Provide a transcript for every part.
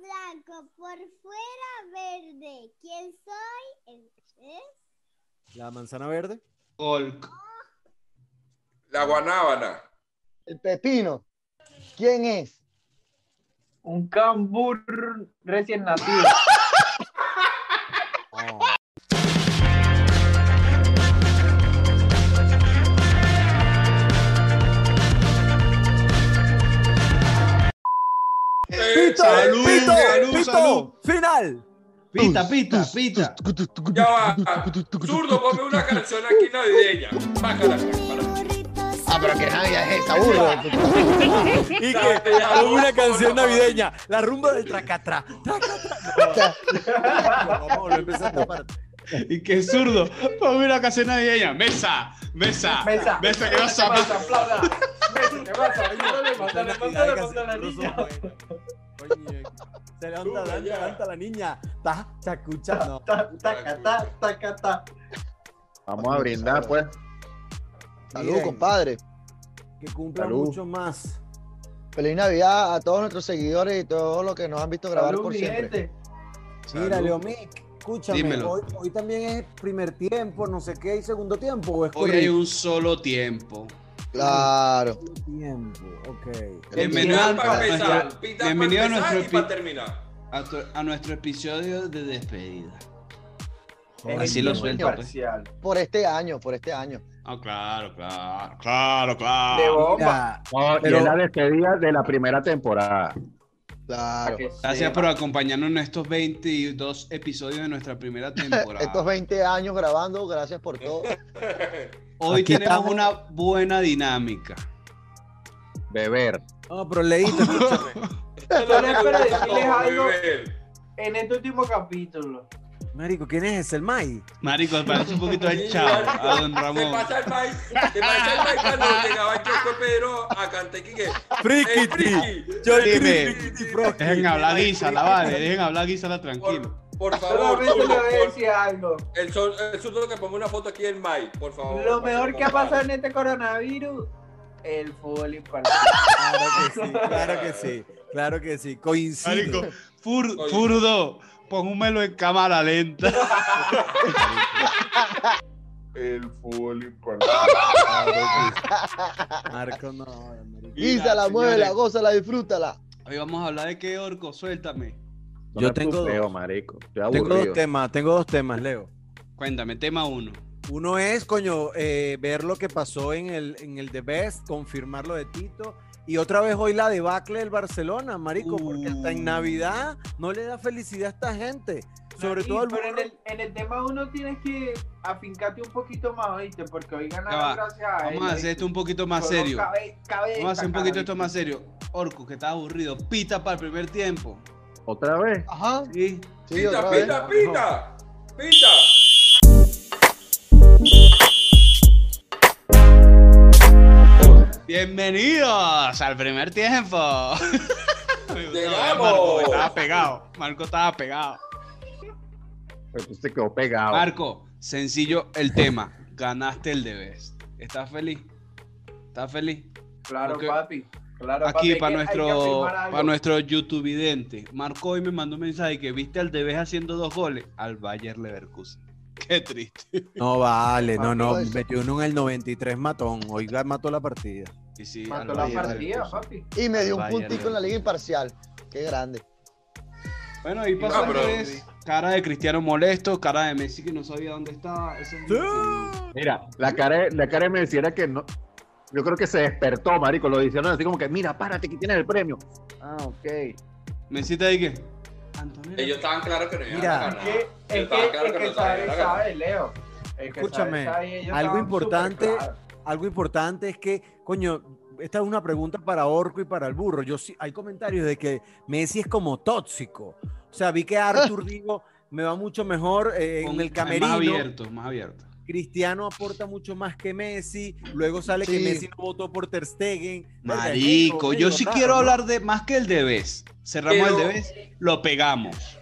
blanco, por fuera verde. ¿Quién soy? ¿Es? La manzana verde. Hulk. La guanábana. El pepino. ¿Quién es? Un cambur recién nacido. Eh, Salud, salud, salud. ¡Final! Pita, pita, pita. Ya va. Zurdo, ponme una canción aquí navideña. Bácala, bácala. Ah, pero que Navidad es esa, burro. Y Ya, que ya, hago una ya, canción ya, ya. navideña. La rumba del tracatra. tracatra. No. Vamos a volver a empezar esta parte. Y qué zurdo. Pues Ponme una canción navideña. Mesa, mesa, Mesa. mesa que vas a matar. aplauda. Mesa, ¿qué pasa? Mándale, mándale, mándale, mándale, niña. Coño, Se levanta, Zurdo, levanta, ya. levanta la niña. Ta, chacucha. No. Ta, taca, ta, taca, ta. Vamos a brindar, pues. Saludos, Miren. compadre. Que cumplan Salud. mucho más. Feliz Navidad a todos nuestros seguidores y todos los que nos han visto grabar Salud, por mi siempre. gente. Mira, Leomic, escúchame. Dímelo. Hoy, hoy también es primer tiempo, no sé qué, y segundo tiempo. ¿o es Hoy hay corrido? un solo tiempo. Claro. tiempo. Ok. Bienvenido Pita al- para a nuestro- empezar, pita bienvenido a para empezar nuestro y para pi- terminar. a, tu- a nuestro episodio de despedida. Joder, Así lo Dios. suelto, pues. Parcial. Por este año, por este año. Ah, claro, claro, claro, De claro. bomba. Mira, No, Pero- Y es la despedida de la primera temporada. Claro. Gracias por acompañarnos en estos 22 episodios de nuestra primera Estos temporada. 20 años grabando, gracias por todo. Hoy Aquí tenemos estamos. una buena dinámica. Beber. no, pero leíste, escúchame. Yo les espero decirles Como algo beber. en este último capítulo. Marico, ¿quién es ese? ¿El Mai? Marico, parece un poquito el chavo a don Te Ramón. pasa el maíz, te pasa el maíz cuando llegaba aquí el cuerpo Pedro a cantar aquí que ¡Ey, Friki! Yo el Dime. Friki, Friki, Dejen hablar Friki. guisa, la vale, dejen hablar guisa, la tranquilo. Por, por Solamente favor, les Zurdo, voy a por- decir algo. el sol, el zurdo que ponga una foto aquí del Mike, por favor. Lo mejor que ha pasado en este coronavirus, el fútbol imparcial. Claro que sí, claro que sí, claro que sí. Coincido. Marico, fur- Oye. furdo, pónmelo en cámara lenta. El fútbol Marco, no, marico. Guísala, Mira, muévela, señores. gózala, disfrútala. Hoy vamos a hablar de qué orco, suéltame. Yo tengo dos. Leo, marico. Estoy Tengo aburrido. dos temas, tengo dos temas, Leo. Cuéntame, tema uno. Uno es, coño, eh, ver lo que pasó en el, en el The Best, confirmar lo de Tito. Y otra vez hoy la debacle del Barcelona, marico, porque hasta en Uh. Navidad no le da felicidad a esta gente. Sobre Y- todo al pero en burro. el, en el tema uno tienes que afincarte un poquito más, oíste, porque hoy Ya va, ganaron gracias a él. Vamos a hacer esto un poquito más Solo serio. cabe- cabe Vamos a hacer destacar, un poquito ¿viste? esto más serio. Orco, que está aburrido, pita para el primer tiempo. ¿Otra vez? Ajá. Sí. Sí, otra Pita, vez. pita, pita. Pita. Bienvenidos al primer tiempo. Me gustaba, Marco, Llegamos. estaba pegado. Marco estaba pegado. Entonces se quedó pegado. Marco, sencillo el tema. Ganaste el de best. ¿Estás feliz? ¿Estás feliz? Claro, Ok. papi. Claro, papi, Aquí hay que- para hay que nuestro, afirmar algo. para nuestro YouTube vidente. Marco hoy me mandó un mensaje que viste al Debes haciendo dos goles al Bayer Leverkusen. Qué triste. No vale, no, no. Mató eso. Metió uno en el 93 matón. Hoy mató la partida. Y sí, Mató al la Bayer partida, Leverkusen. papi. Y me dio un Vaya, puntico en la liga imparcial. Qué grande. Bueno, y pasa Ah, pero- Andrés, cara de Cristiano molesto, cara de Messi que no sabía dónde estaba. Eso es lo Mira, la cara, de- la cara de me decía que no. Yo creo que se despertó, marico. Lo dijeron así como que, mira, párate, que tienes el premio. Ah, ok. que- Messi te dije. Antonio. Ellos estaban claros que no iban Mira. a Es ganar. que, Ah, Yo es estaba que, claro es que que no sabía, sabe, la gana. sabe, Leo. Es que Escúchame, sabe, sabe, ellos algo estaban importante- superclaros. Algo importante es que, coño, esta es una pregunta para Orco y para el burro. Yo sí, hay comentarios de que Messi es como tóxico. O sea, vi que Arthur digo, me va mucho mejor eh, en Con- el Más camerino. abierto, más abierto. Cristiano aporta mucho más que Messi. Luego sale que Sí. Messi no votó por Ter Stegen. Verga, es medio- Marico, yo medio sí raro, quiero ¿no? hablar de más que el Debes. Cerramos Pero- el Debes, lo pegamos.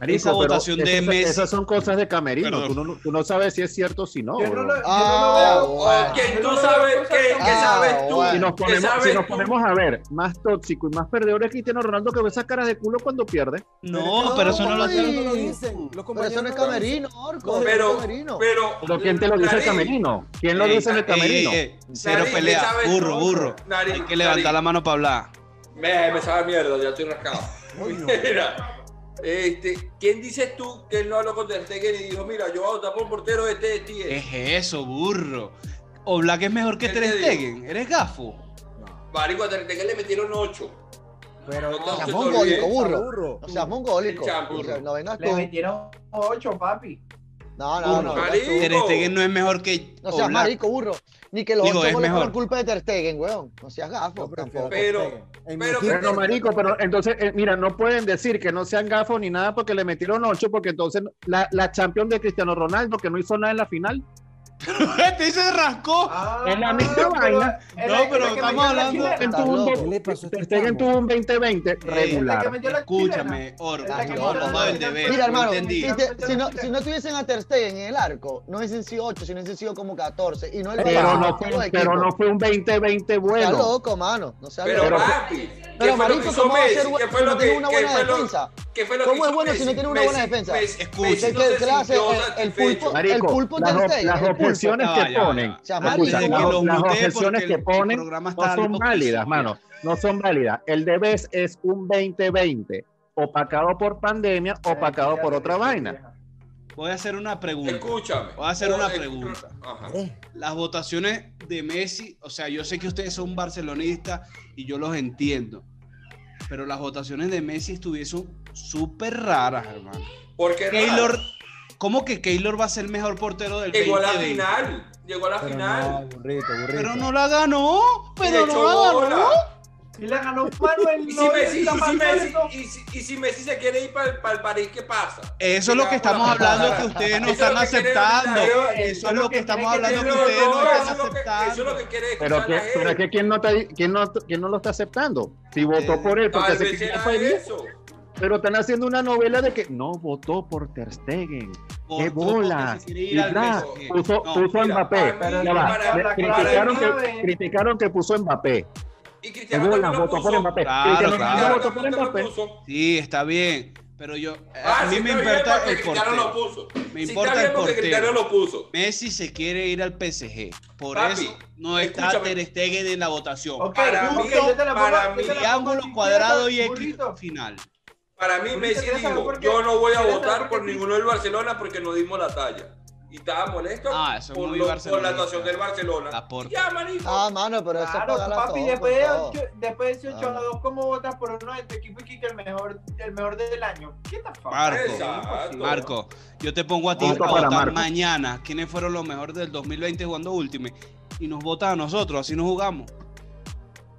Marico, Esa pero votación de esas- Messi. Esas son cosas de camerino. Perdón. Tú no, tú no sabes si es cierto o si no. Yo no weón. lo, yo Ah, no lo veo. bueno. Que Yo tú no lo sabes, veo que, que Ah, sabes tú. bueno. Si nos, que ponemos, sabes si nos tú. ponemos a ver, más tóxico y más perdedor es Cristiano Ronaldo que ve esas caras de culo cuando pierde. No, pero eso no lo Ay. tiene. no lo dicen. Los Pero eso no es compañeros lo dicen. camerino, Orco. Pero- Pero, camerino. Pero, Pero ¿quién te lo dice el Nariz, camerino? ¿Quién lo Ey, dice en el ey, camerino? ey, ey, eh, Cero Nariz, pelea, ¿sabes? burro, burro. Nariz, Hay que levantar nariz. la mano para hablar. Me, me sabe a mierda, ya estoy rascado. Coño. Mira, este, ¿quién dices tú que él no habló con Ter Stegen y dijo, mira, yo voy a votar por un portero de este, este? ¿Qué es eso, burro? O Black es mejor que ¿Qué te Ter digo? Stegen. Eres gafo. Marico, a Ter Stegen le metieron 8. Pero No, seas se te mongólico, olvide, burro. burro. No seas mongólico. El champ, O sea, burro. No vengas Le tú. metieron ocho, papi. No, no, no. Burro. vengas tú. Ter Stegen no es mejor que No seas Oblak. marico, burro. Ni que los Digo, ocho es goles mejor. fueron culpa de Ter Stegen, weón. No seas gafo Yo prefiero tampoco. Pero- Ter Stegen. En mi pero- opinión, Bueno, marico, pero entonces, eh, mira, no pueden decir que no sean gafos ni nada porque le metieron ocho, porque entonces la, la champion de Cristiano Ronaldo, que no hizo nada en la final. Este se rascó. Ah, Es la misma vaina. el- No, el que pero metió estamos la hablando- chilena. En Estás tuvo loco. un, ¿Qué le pasó a este Ter Stegen chamo? tuvo un 2020 El que regular. metió la Escúchame, Orco. La que Estamos metió la hablando del chilena. deber. Mira, hermano, no entendí. viste, si, no, si no tuviesen a Ter Stegen en el arco, no hubiesen sido 8, sino hubiesen sido como 14. Y no el Pero Barça, no, todo el fue, equipo. pero no fue un 2020 Sea bueno. loco, mano. No sea Pero, loco. Pero- papi, ¿qué Pero, fue lo marico, que hizo ¿cómo va a ser Messi? bu- ¿Qué si fue no lo que tiene una qué buena fue lo- defensa? qué fue lo que ¿Cómo es hizo bueno si no Messi? tiene una buena Messi- defensa? Messi- Escucha. Messi ¿Qué- no qué se clase? sintió El- el satisfecho. pulpo- Marico, El pulpo las, Ter ob- Stegen, las el pulpo. objeciones Ah, Ya va, que ya va, ponen, ya va. O sea, escucha, marico, las, que los ob- las muteé objeciones porque que el- el ponen programa no está son loco. válidas, mano, no son válidas. El debes es un 2020, opacado por pandemia, opacado por otra vaina. Voy a hacer una pregunta. Escúchame. Voy a hacer una Escu- pregunta. Ajá. Eh, Las votaciones de Messi, o sea, yo sé que ustedes son barcelonistas y yo los entiendo. Pero las votaciones de Messi estuviesen súper raras, hermano. ¿Por qué raro? Keylor, ¿cómo que Keylor va a ser el mejor portero del llegó a la 2020? final. Llegó a la pero no, final. burrito, burrito. Pero no la ganó, y le pero no la echó ganó. bola. Y la ganó Manuel. Y si no, Messi- y la si mandó, Messi- no. y si- y si Messi se quiere ir para el París, ¿qué pasa? Eso es lo que estamos hablando que ustedes no Eso es están lo que quieren aceptando. evitar. Eso es lo que estamos quieren hablando que evitar. ustedes no eso, están es lo que, eso es lo aceptando. que quiere escuchar Pero, que, la pero es gente. que ¿quién no, está, quién, no, quién no lo está aceptando? Si votó por él, porque Tal se vez quería era feliz, eso. pero están haciendo una novela de que no votó por Ter Stegen. ¡Qué Votó porque bola! se quiere ir al Ibra, PSG. puso, No, puso a mira, Mbappé. para mí, Ya va, para- le- para criticaron, mí, que, criticaron que puso Mbappé. Y Cristiano Según también las lo votó puso. por Mbappé. Claro, Cristiano claro. Ronaldo Cristiano votó por también lo Mbappé. puso. Sí, está bien, pero yo Ah, a mí sí, me está bien, importa porque el Cristiano lo portero. puso. Me Sí, importa está bien el porque Cristiano portero. lo puso. Messi se quiere ir al PSG. Por Papi, eso no está escúchame. Ter Stegen en la votación. Ok, Para ok, mí, yo te la pongo- para yo te mí, la pongo Triángulo, izquierda, cuadrado y X burrito. final. Para mí, Ahorita Messi quería saber dijo: por qué- Yo no voy a quería votar saber por por qué ninguno del Barcelona porque no dimos la talla. Y estaba molesto Ah, eso es por, muy lo- por la barcelonista. actuación del Barcelona. Aporte. Ya, marico. Ah, mano, pero eso es Claro, pagar la papi, todo, después por de, favor. ocho- después de 8 Ah. a 2, ¿cómo votas por uno de tu equipo y que el mejor, el mejor del año? ¿Qué te pasa? Marco, Exacto. Marco, yo te pongo a ti Punto a para votar Marco. mañana quiénes fueron los mejores del 2020 jugando último y nos votas a nosotros, así nos jugamos.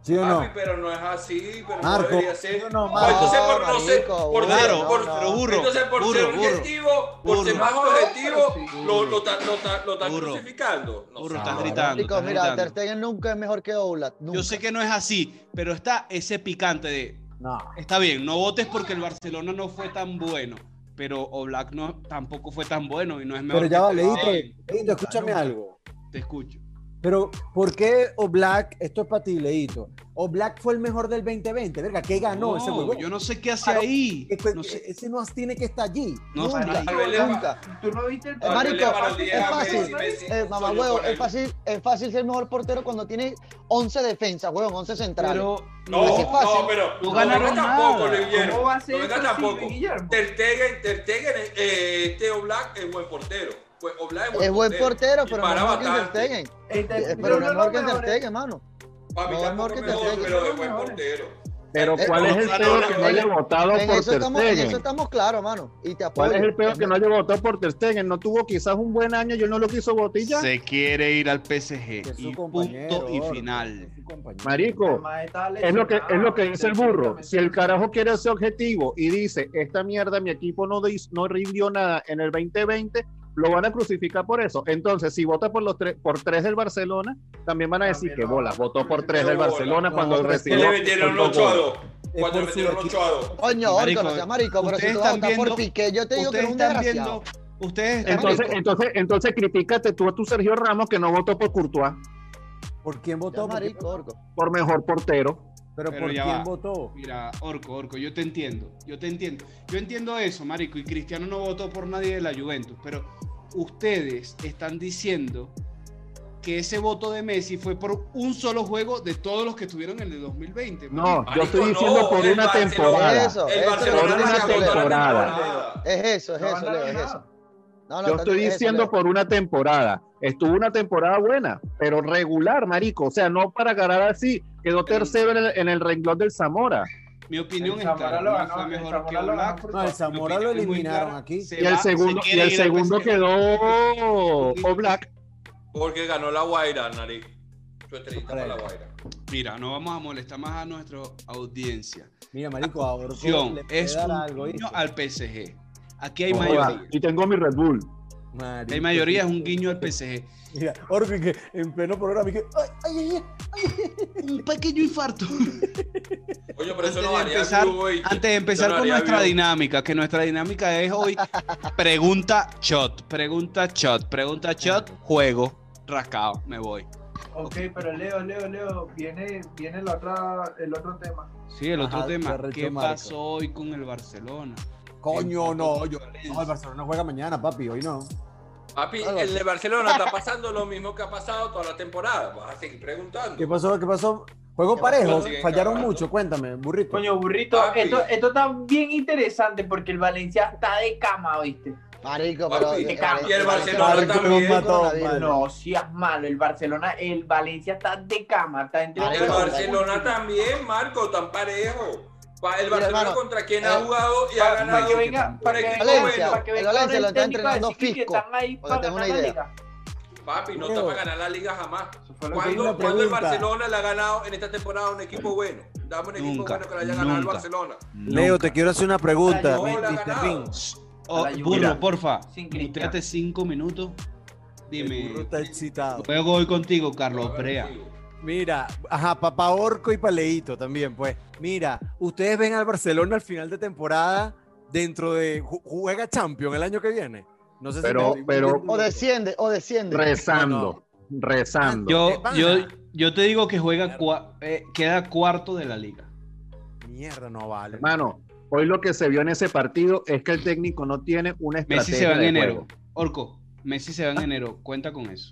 ¿Sí o Papi, no? pero no es así, pero Marco. no debería ser. No, no, No, Marco. entonces por no ser, Marico, por, ser- Claro, por- pero burro, entonces por burro, ser burro. objetivo, por ser Burro. más objetivo, Burro. lo, lo, ta- lo, ta- lo están Burro. crucificando. No Burro, sé. estás no, gritando. Chicos, estás mira, Ter gritando. Stegen nunca es mejor que Oblak. Yo sé que no es así, pero está ese picante de No. Está bien, no votes porque el Barcelona no fue tan bueno, pero Oblak no tampoco fue tan bueno y no es mejor. Pero ya que va, Ter leíto, Stegen. leíto, escúchame Claro. algo. Te escucho. Pero, ¿por qué Oblak, esto es para ti, Leito, Oblak fue el mejor del 2020, verga, ¿qué ganó Ah, ese huevón? eh, pues, Yo no sé qué hace ahí. Que- que- No sé. Ese no tiene que estar allí. No nunca. está ahí. Tal vez le- Nunca. Tú no viste el tal vez Eh, Marico, le van a odiar a es Messi, fácil. Messi Eh, mamá, soñó huevo, con es él. fácil, es fácil ser mejor portero cuando tiene 11 defensas, huevón, 11 centrales. Pero No, es fácil. no, pero No no ganaron venga tampoco, nada. Luis ¿Cómo Guillermo. va a ser No venga eso tampoco. posible, Guillermo? Ter Stegen, Ter Stegen, eh, este Oblak es buen portero. Pues Oblak es buen portero, Y pero para no es mejor que bastante. Ter Stegen. Este- Eh, no, Pero no no, es mejor que mejor Ter es- Stegen, mano. Para mí No, tampoco mejor que Ter mejor, Stegen. pero es buen Mejor. portero. Pero Eh, ¿cuál no, es el claro, peor no, que no, no haya no. votado En por eso, Ter estamos, en eso Stegen? estamos claros, mano. Y te apoyo. ¿Cuál es el peor que no haya votado por Ter Stegen? No tuvo quizás un buen año y él no lo quiso botilla. se quiere ir al Que PSG es su y compañero, punto y Orco, final. es su compañero. Marico, Además, estaba es lo que lesionado, es lo que dice el burro. lesionado. Si el carajo quiere ese objetivo y dice, "Esta mierda mi equipo no dis- no rindió nada en el 2020", lo van a crucificar por eso. Entonces, si vota por los tres por tres del Barcelona, también van a decir También que lo- bola, votó por que tres del bola. Barcelona No, cuando pero es que Que recibió no, le metieron tantos 8 a goles. 2. eh, Cuando por le su metieron equipo. ocho aros. Coño, Orco, no Marico, seas marico, pero si ustedes tú vas a están votar por viendo- Piqué, yo te digo que Ustedes eres un están viendo. desgraciado. Ustedes están Entonces, viendo- entonces, entonces critícate tú a tu Sergio Ramos que no votó por Courtois, ¿Por quién Ya, votó? ¿Por quién- marico, Orco. por mejor portero. Pero, Pero ¿por ya quién va. votó? Mira, Orco, Orco, yo te entiendo, yo te entiendo. Yo entiendo eso, Marico, y Cristiano no votó por nadie de la Juventus, pero ustedes están diciendo que ese voto de Messi fue por un solo juego de todos los que estuvieron en el 2020. No, marico. yo estoy Marico, diciendo no, por el una Barcelona- temporada. Eso, El eso, Barcelona por una no se ha acordado de la temporada. temporada. Es eso, es No eso, anda Leo, es ganado. eso. No, no, Yo está- estoy es eso, diciendo Leo. por una temporada. Estuvo una temporada buena, pero regular, marico. O sea, no para ganar así. Quedó tercero en el, en el renglón del Zamora. Mi opinión El es que Zamora lo no ganó, fue el mejor Zamora que lo ganó Black. por No, el Zamora Mi lo opinión es muy eliminaron clara, aquí. se Y el va, se segundo, y quiere el ir al segundo PSG. quedó Black. Porque ganó la Guaira, nariz. Tu estrellita para la Guaira. Mira, no vamos a molestar más a nuestra audiencia. Mira, marico, a Orco Opción, le puede es dar un algo, ¿viste? guiño al PSG. Aquí hay Joda, mayoría. Y tengo mi Red Bull. Marico, Hay mayoría, es un guiño al PSG. Mira, Orco, y que en pleno programa, y que, ay, ay, ay, ay. Un pequeño infarto. Oye, pero eso Antes no de varía empezar- vivo, oye. Antes de empezar Yo no con haría nuestra video. dinámica, que nuestra dinámica es hoy pregunta shot, pregunta shot, pregunta shot, juego, rascado, me voy. Ok, pero Leo, Leo, Leo, viene, viene la otra, el otro tema. Sí, el Ajá, otro tema, arrecho, ¿qué marico. pasó hoy con el Barcelona? Coño, Empató no, con yo. Valencia. No, el Barcelona juega mañana, papi, hoy no. Papi, Algo el así. de Barcelona está pasando lo mismo que ha pasado toda la temporada. Vas a seguir preguntando. ¿Qué pasó? ¿Qué pasó? Juego ¿Qué pasó? parejo, Siguen fallaron cagando. mucho, cuéntame, burrito. Coño, burrito, Papi. esto, esto está bien interesante porque el Valencia está de cama, ¿oíste? Marico, pero. Papi, te eh, cambia y el eh, Barcelona Marico, también. mató, coronavirus. madre. No, seas malo, el Barcelona, el Valencia está de cama, está entre Marico, El Marico, Barcelona también, Marco, tan parejo. Pa- El Mira, Barcelona hermano, contra quien eh, ha jugado y ha Para que ganado. venga, para que venga, Valencia, para que venga el Valencia ahora lo técnico está a entrenando decir que Fisco, están ahí para para que tenga ganar la una idea. liga. Papi, no está Leo. para ganar la liga jamás. Eso fue lo que ¿Cuándo, una cuándo el pregunta. Barcelona le ha ganado en esta temporada a un equipo bueno? Dame un equipo Nunca, bueno que le haya ganado al nunca. Barcelona. Leo, te quiero hacer una pregunta. Ay, no, la Mr. ganado. Pink. Oh, A la burro, Juve. porfa, Sin muteate Cristiano. cinco minutos. El burro Dime, está excitado. juego hoy contigo, Carlos Ahora Brea. contigo. Mira, ajá, papá Orco y Paleito también, pues. Mira, ustedes ven al Barcelona al final de temporada dentro de ju- juega Champions el año que viene. No sé Pero- si me estoy pero- metiendo O loco. desciende, o desciende. Rezando. Rezando. Yo, ¿Qué pasa? yo, yo te digo que juega, cua- eh, queda cuarto de la liga. mierda no vale. Hermano, hoy lo que se vio en ese partido es que el técnico no tiene una estrategia. Messi se va en de enero. juego. Orco, Messi se va en enero, cuenta con eso.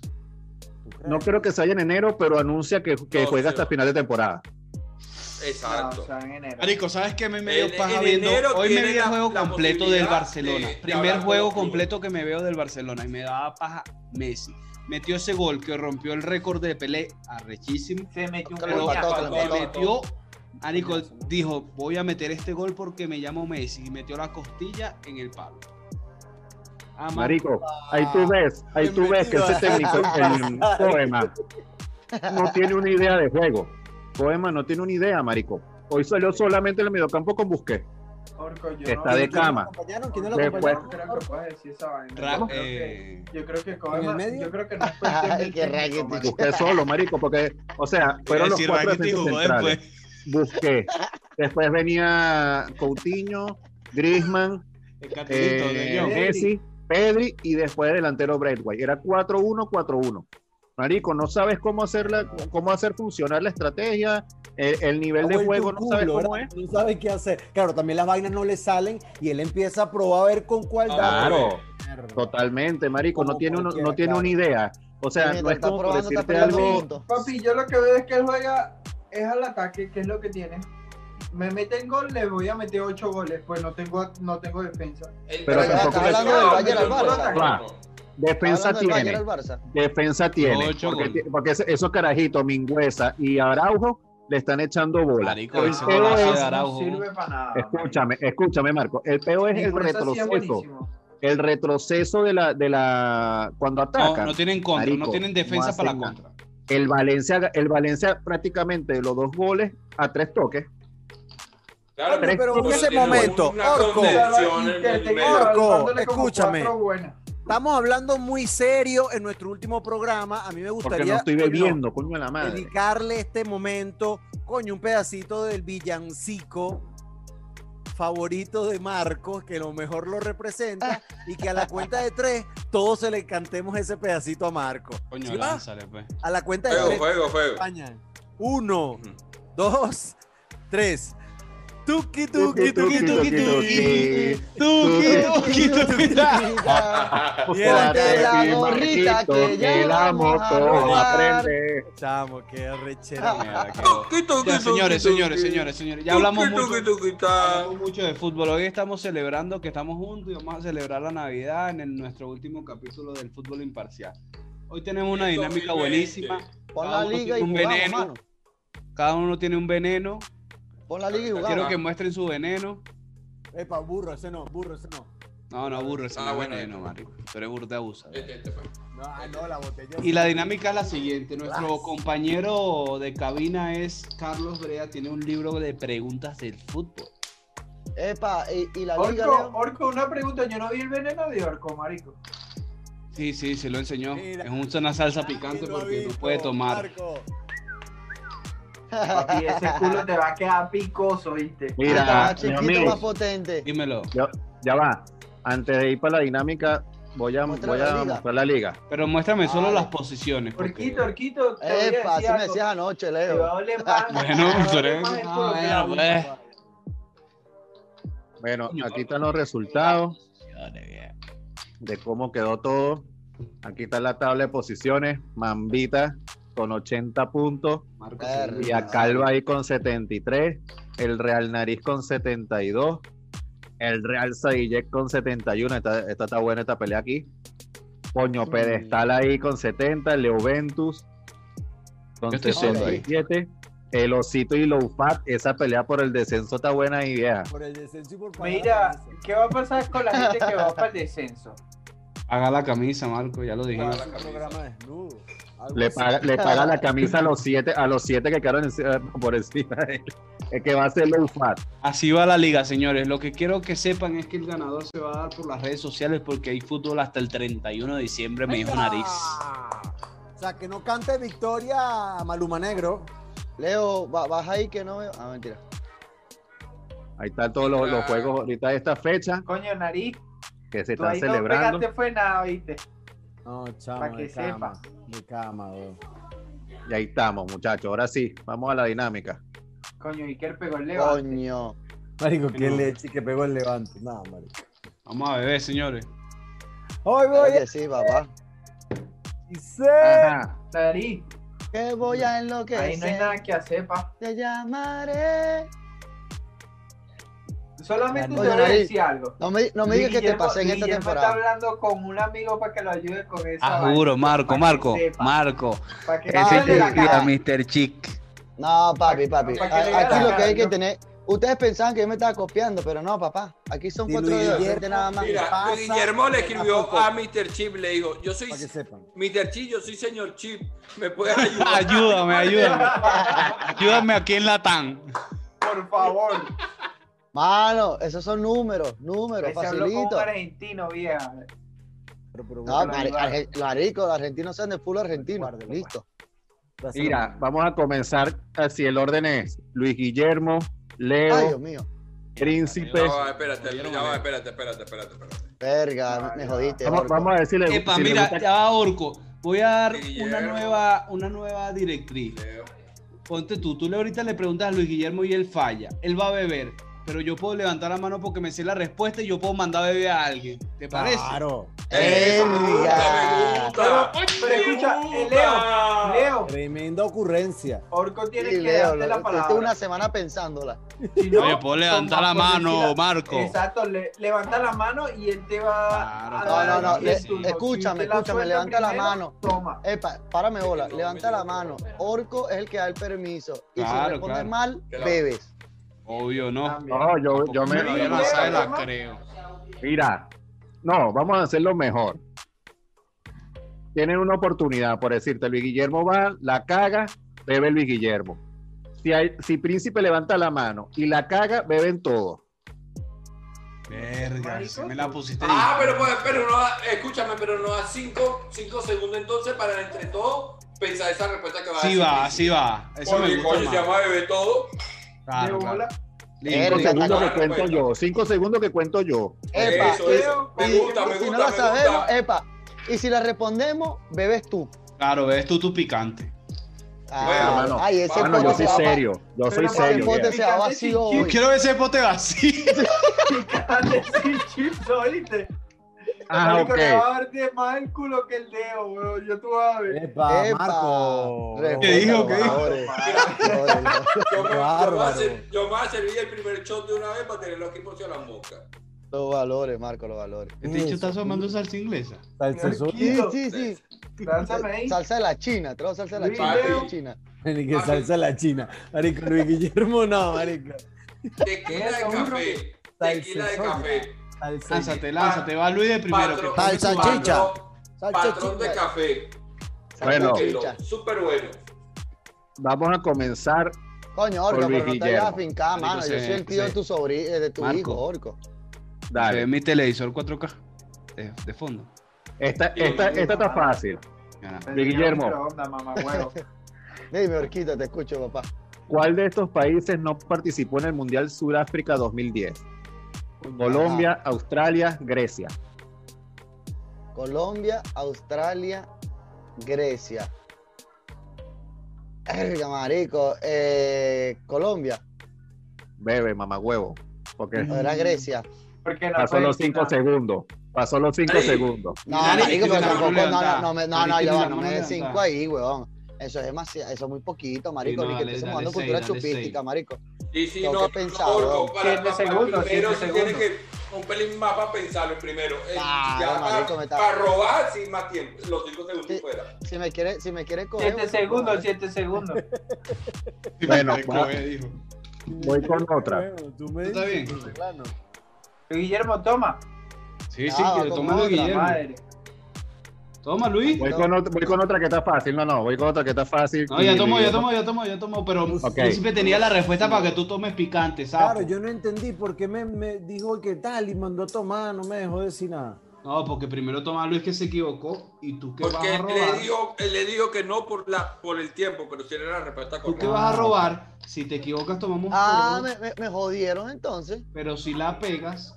No creo que se vaya en enero, pero anuncia que, que No, juega se hasta va. final de temporada. No, Exacto. o sea, en enero. Marico, ¿sabes qué me En- medio paja en viendo? enero Hoy me tiene vi el la- juego la completo del posibilidad Barcelona. de- de Primer hablar juego con los completo que me veo del Barcelona y me daba paja Messi. Metió ese gol que rompió el récord de Pelé, arrechísimo. se metió un Pero Pero lo mató, coñazo. lo me mató. metió, Marico dijo, voy a meter este gol porque me llamo Messi y metió la costilla en el palo. Ah, Marico, ahí tú ves, ahí tú ves que Bienvenido ese a- técnico, el Coema, no tiene una idea de juego. Coema no tiene una idea, marico. Hoy salió solamente en el mediocampo con Busqué. Orco, yo que no- está de yo no- cama. ¿Quién no lo creo Después- acompañaron? que era capaz de decir esa vaina. Ra- Yo creo que- eh, Yo creo que ¿En el Coema, medio? yo creo que no es cuestión Ay, del qué técnico, raquete. mano. Busqué solo, marico, porque, o sea, fueron los si cuatro Rakitic defensas jugó centrales. Eh, después. Busqué. Después venía Coutinho, Griezmann, El catirito, eh, coño. Messi, Pedri y después delantero Braithwaite. Era 4-1, 4-1. Marico, no sabes cómo hacer, la- cómo hacer funcionar la estrategia, el, el nivel Ha de vuelto juego, un no sabes culo, ¿eh? cómo ¿verdad? es. No sabe qué hacer. Claro, también las vainas no le salen y él empieza a probar a ver con cuál da. Claro, Mierda. totalmente, Marico, no Como tiene, uno- cualquiera, no tiene una idea. O sea, Mientras no es está como por probando, está decirte perdiendo algo. puntos. Papi, yo lo que veo es que él juega es al ataque, que es lo que tiene. Me meten gol, le voy a meter ocho goles, pues no tengo, no tengo defensa. El Pero Barcelona- tampoco el es- Barcelona Hablando del metió Bayern al un Barça. gol. Defensa Hablando del Bayern, tiene, el Barça. defensa tiene. Ocho porque, goles. ti- porque ese- esos carajitos, Mingüesa y Araujo, le están echando bola. Marico, el ese peo golazo de es- Araujo. No sirve para nada. escúchame, escúchame, Marco. El peo es el Ninguna sí es retroceso. buenísimo. El retroceso de la, de la cuando No, atacan. no tienen contra, no Marico, tienen no defensa para la hacen contra. El Valencia, el Valencia prácticamente de los dos goles a tres toques. Claro, Pero en porque ese tiene momento, una Orco. contención en el medio. Orco, Dándole como escúchame. cuatro buenas. Estamos hablando muy serio en nuestro último programa. A mí me Porque gustaría no estoy coño, bebiendo, coño de la madre. dedicarle este momento, coño, un pedacito del villancico favorito de Marcos, que lo mejor lo representa, y que a la cuenta de tres todos se le cantemos ese pedacito a Marcos. Coño, ¿Sí va? lánzale, pues. A la cuenta de Fuego, tres, fuego, fuego. España. Uno, dos, tres. Tuki, tuki, tuki, tuki, tuki. Tuki, tuki, tuki, tuki. Ponte la gorrita que ya vamos a rodar. Chamo, qué arrechera. Mierda, qué bobo. Tuki, Ah. tuki, tuki, Ya, señores, tuki. señores, señores, señores. Ya Tuki, hablamos mucho. tuki, tuki, ta. hablamos mucho de fútbol. Hoy estamos celebrando que estamos juntos y vamos a celebrar la Navidad en el- nuestro último capítulo del fútbol imparcial. Hoy tenemos una dinámica 2020. buenísima. Pon Cada la uno liga y tiene un jugamos, veneno. mano. Cada uno tiene un veneno. Pon la liga y jugamos. Quiero que muestren su veneno. Epa, burro, ese no, burro, ese no. No, no, burro, ese Ah, no es bueno, veneno, este. marico. Tú eres burro de abuso. Este, este, pues. No, ah, no, la botella. Y la dinámica es la siguiente. Nuestro compañero de cabina es Carlos Brea. Tiene un libro de preguntas del fútbol. Epa, y, y la liga, Orco, Leo. Orco, una pregunta. Yo no vi el veneno de Orco, marico. Sí, sí, se lo enseñó. Mira. es un- una salsa picante porque no puede tomar. Papi, ese culo te va a quedar picoso, ¿viste? Está Mira, mi Ah, chiquito amigo, más potente. Dímelo. ya va. Antes de ir para la dinámica, voy a, Muestra voy la a liga. mostrar la liga. Pero muéstrame solo Ay. las posiciones. porque- Orquito, Orquito, te voy a Epa, decir así me algo. decías anoche, Te va a Leo. doler más- Bueno, te va a pero- doler más el culo que Ah, pues. la bueno, boca. Bueno, Coño, aquí papá. están los resultados. Posiciones, bien. de cómo quedó todo. Aquí está la tabla de posiciones. Mambita con 80 puntos. Marcos, Verga. Y a Calva ahí con 73. El Real Nariz con 72. El Real Sadillec con 71. Esta, esta está buena esta pelea aquí. Poño Pedestal ahí con 70. Leuventus con Yo estoy solo ahí. 67. El Osito y Loufat. Esa pelea por el descenso está buena ahí, vieja. Por el descenso y por pagar la pues, Mira, camisa. ¿qué va a pasar con la gente que va para el descenso? Haga la camisa, Marco, ya lo dije. Pagar la un camisa. programa desnudo. Algo Le así. paga, le paga la camisa a los siete, a los siete que quedaron en- por encima de él. Es que va a ser low fat. Así va la liga, señores. Lo que quiero que sepan es que el ganador se va a dar por las redes sociales porque hay fútbol hasta el 31 de diciembre, me dijo Venga. Nariz. O sea, que no cante victoria a Maluma Negro. Leo, ba- baja ahí que no veo. Ah, mentira. Ahí están todos los, los juegos ahorita de esta fecha Coño, nariz, que se tú están ahí no celebrando. pegaste fue nada, ¿viste? No, Pa' chamo, que de cama. De cama, bro. Y ahí estamos, muchachos. Ahora sí, vamos a la dinámica. Coño, Iker pegó el león. Coño. Marico, qué No. leche que pegó el levante. No, marico. Vamos a beber, señores. Hoy voy Oye, sí, papá. a Giselle. Ajá. Nariz, Que voy a enloquecer. ahí no hay nada que hacer, pa. Te llamaré. Solamente Oye, te voy a Nariz, decir algo. No me, no me digas que te Guillermo- pasé en esta Guillermo está temporada. hablando con un amigo para que lo ayude con esa Ah, vaina, juro, Marco, para Marco, Eh, que sepa, Marco. para que Ese Dale es hable el la la a cara. Mr. Chick. No, papi, papi. Pa' que le A- Aquí diga lo que hay que yo- tener. Ustedes pensaban que yo me estaba copiando, pero no, papá. Aquí son Sí, cuatro Luis de Guillermo. frente nada más. Mira, pasa? Guillermo le escribió Tampoco. a Mr. Chip, le dijo, yo soy Para que sepan. Mr. Chip, yo soy señor Chip, ¿me puedes ayudar? Ayúdame, ayúdame. Ayúdame aquí en Latam. Por favor. Mano, esos son números, números, se habló con un facilito. argentino, vieja. Pero, pero, No, Lo mar- ayudaron. arge- los aricos, los argentinos sean de full argentino. Guárdelo, Listo. pero, Mira, vamos a comenzar así el orden es Luis Guillermo, Ay, Dios Leo, mío. Príncipe. Ya va, espérate, ya va, espérate, espérate, espérate, espérate. Verga, Ay, me ay. jodiste. Vamos, Orco. vamos a decirle. Epa, si le mira, gusta- ya va Orco. Voy a dar una Guillermo. nueva, una nueva directriz. Ponte tú, tú le ahorita le preguntas a Luis Guillermo y él falla. Él va a beber, pero yo puedo levantar la mano porque me sé la respuesta y yo puedo mandar a beber a alguien. ¿Te parece? Claro. Eh, me gusta, me gusta. Pero escucha, eh, Leo, Leo, Tremenda ocurrencia. Orco tiene Sí, que Leo, darte lo- la tuviste palabra. una semana pensándola. Si no, Oye, puedo levantar la toma mano, publicidad. Marco. Exacto, le- levanta la mano y él te va Claro, No, dar no, no. el le- turno. escúchame, Si usted la escúchame, suelta levanta la primero, mano. Toma. Epa, párame bola, No, levanta me- la mano. Orco es el que da el permiso. Y si Claro, respondes claro. mal, Que la- bebes. Obvio, no. También. No, yo, yo me. la voy a Mira, lanzar de la mamá. creo. Mira, no, vamos a hacerlo mejor. Tienen una oportunidad, por decirte, Luis Guillermo va, la caga, bebe Luis Guillermo. Si, hay- si Príncipe levanta la mano y la caga, beben todo. Verga, Marico. se me la pusiste. Ah, difícil. pero pues, pero no da- escúchame, pero no da 5 segundos entonces para entre todos pensar esa respuesta que va Sí a va, decir. sí va. Eso Porque me gusta coño, más. se llama bebé todo. de Claro, claro. bola. Cinco Verga, segundos que está cuento pues. buena. yo. Cinco segundos que cuento yo. Epa, Eso es. creo- Me y- gusta, y me si gusta, no la me sabemos, gusta. epa. Y si la respondemos, bebes tú. Claro, ves tú tu picante. Ah, Bueno, hermano. ay, ese Bueno, Ah, yo pote soy se va- serio. Yo soy Pero Ese serio. pote ya. se va vacío Uy. Yo hoy. quiero ver ese pote vacío. Picante sin chips, ¿oíste? Ah, Marico, le va ok. a darte más el culo que el dedo, weón. Yo tú vas a ver. Eh, Epa, Epa. Ah, Marco. Respuesta, ¿Qué dijo? ¿Qué dijo? favores. Yo me, yo me voy a Bárbaro. ser- yo me voy a servir el primer shot de una vez para tenerlo aquí por si a la mosca. Los valores, Marco, los valores. Este dicho está asomando salsa inglesa. Salsazón. Aquí. Sí, Tío. sí, sí. Lánzame ahí. Salsa de la China, te voy a salsa de la Luis, China. Leo. de China. Ni que salsa la China. Marico, Luis Guillermo, no, marico. Tequila de Eso, café. Tequila de Salsa. café. Salsa. Lánzate, lánzate. Va Luis de primero. Patrón, que- Salsa chicha. patrón- Patrón de café. Bueno. chicha. Súper bueno. Vamos a comenzar. Coño, Orco, Luis pero no te Guillermo. vayas a fincar, mano. Marico, Yo sí, soy el tío de sí. tu sobrino, de tu Marco. hijo, Orco. Se ve Dale. mi televisor 4K de, de fondo. Esta, esta, esta está fácil. Ya. Pero Guillermo. qué onda, mamá, huevo. Dime, Orquito, te escucho, papá. ¿Cuál de estos países no participó en el Mundial Sudáfrica 2010? Colombia, Australia, Grecia. Colombia, Australia, Grecia. Erga, marico. Eh, Colombia, Bebe, mamagüevo. Porque ¿o era Grecia? Porque no pasó puede los decir cinco nada. segundos. Pasó los cinco Ahí. segundos. No, Dale, marico, tú pero la mano tampoco, no, levantada. no, no, me, no, Dale, no, tú ya la va, no mano me des levantada. cinco ahí, weón. Eso es demasiado, eso es muy poquito, marico, Sí, no, ni que dale, estemos dale dando seis, cultura dale seis. chupística, marico. Y si Tengo no, que pensarlo. Orco, para, Siete para, segundos, primero, siete si tienes segundos. que un pelín más para pensarlo primero. Eh, Claro, ya, marico, me para, está- para robar sin más tiempo. Los cinco segundos Sí. fuera. Si me quiere, si me quiere Este coger. Siete weón, segundos, weón. siete segundos. Bueno, Me va. coge, dijo. Voy con otra. Bueno, tú me ¿Está dices, bien? claro. Guillermo, toma. Sí, sí, Ah, que le con toma Luis otra, Guillermo. Madre. Toma, Luis. Voy con, otra, voy con otra que está fácil. No, no, voy con otra que está fácil. No, ya Y- tomo, ya tomo, ya tomo, ya tomo. Pero Ok. yo siempre tenía la respuesta para que tú tomes picante, Claro, ¿sabes? yo no entendí por qué me, me dijo que tal y mandó a tomar, no me dejó decir nada. No, porque primero toma Luis que se equivocó y tú que vas Porque a le robar. digo, eh, le digo que no por, la, por el tiempo, pero si era la respuesta Tú que correcta. vas a robar, si te equivocas tomamos Ah, todos, me, me- me jodieron entonces. pero si la pegas,